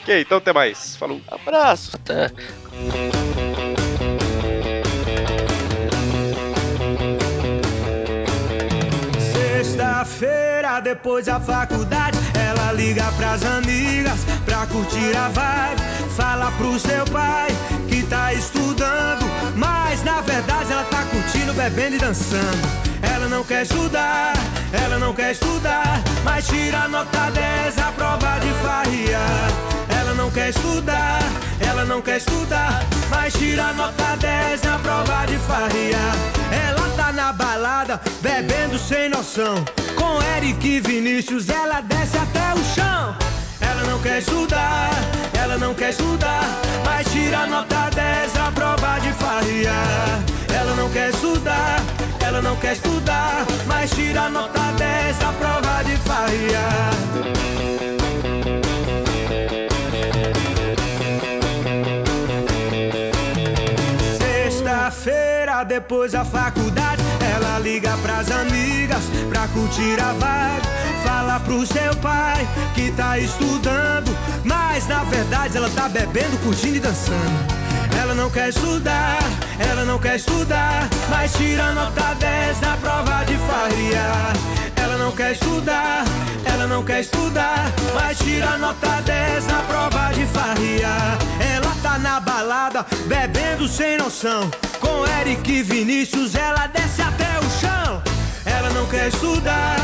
S1: Ok, então até mais. Falou.
S3: Abraço.
S2: Até.
S5: Sexta-feira, depois da faculdade, ela liga pras amigas pra curtir a vibe. Fala pro seu pai que tá estudando, mas na verdade ela tá curtindo, bebendo e dançando. Ela não quer estudar, ela não quer estudar, mas tira nota 10 a prova de farriar. Ela não quer estudar, ela não quer estudar, mas tira nota 10 na prova de faria. Ela tá na balada, bebendo sem noção. Com Eric e Vinícius, ela desce até o chão. Ela não quer estudar, ela não quer estudar, mas tira nota 10 na prova de faria. Ela não quer estudar, ela não quer estudar, mas tira nota 10 na prova de faria. Sexta-feira, depois da faculdade, ela liga pras amigas pra curtir a vibe. Fala pro seu pai que tá estudando, mas na verdade ela tá bebendo, curtindo e dançando. Ela não quer estudar, ela não quer estudar, mas tira nota 10 na prova de faria. Ela não quer estudar, ela não quer estudar, mas tira nota 10 na prova de faria. Ela tá na balada, bebendo sem noção. Com Eric e Vinícius, ela desce até o chão. Ela não quer estudar,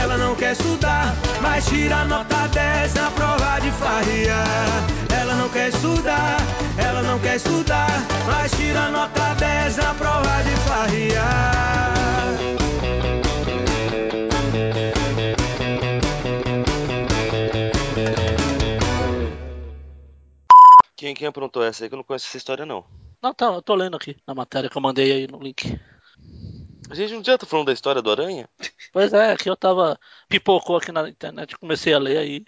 S5: ela não quer estudar, mas tira nota 10 na prova de faria. Ela não quer estudar, ela não quer estudar, mas tira nota 10 na prova de faria.
S3: Quem, quem aprontou essa aí que eu não conheço essa história, não?
S2: Não, tá, eu tô lendo aqui na matéria que eu mandei aí no link.
S3: A gente não adianta falando da história do Aranha?
S2: Pois é, aqui eu tava. pipocou aqui na internet, comecei a ler aí.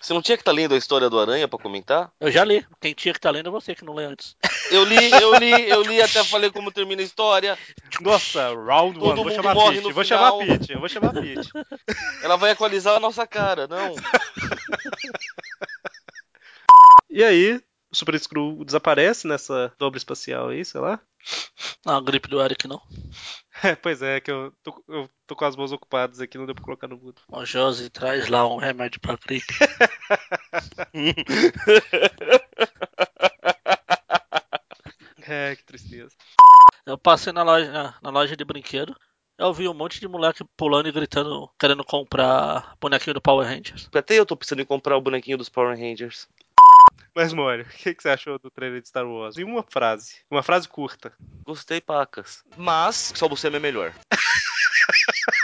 S3: Você não tinha que estar lendo a história do Aranha pra comentar?
S2: Eu já li. Quem tinha que tá lendo é você que não lê antes.
S3: Eu li, eu li, eu li, até falei como termina a história.
S1: Nossa, round
S3: Todo
S1: one. Vou
S3: mundo
S1: chamar a
S3: morre
S1: Pete.
S3: no
S1: Vou chamar a
S3: final.
S1: Pete. Eu vou chamar a Pete.
S3: Ela vai equalizar a nossa cara, não.
S1: E aí, o Super Screw desaparece nessa dobra espacial aí, sei lá.
S2: Ah, a gripe do Eric não.
S1: É, pois é, que eu tô, eu tô com as mãos ocupadas aqui, não deu pra colocar no mudo.
S2: Ó, Josi, traz lá um remédio pra gripe.
S1: É, que tristeza.
S2: Eu passei na loja, na, na loja de brinquedo. Eu vi um monte de moleque pulando e gritando, querendo comprar bonequinho do Power Rangers.
S3: Até eu tô pensando em comprar o bonequinho dos Power Rangers.
S1: Mas, Mônio, o que, que você achou do trailer de Star Wars? Em uma frase. Uma frase curta.
S3: Gostei, pacas. Mas, só você é melhor.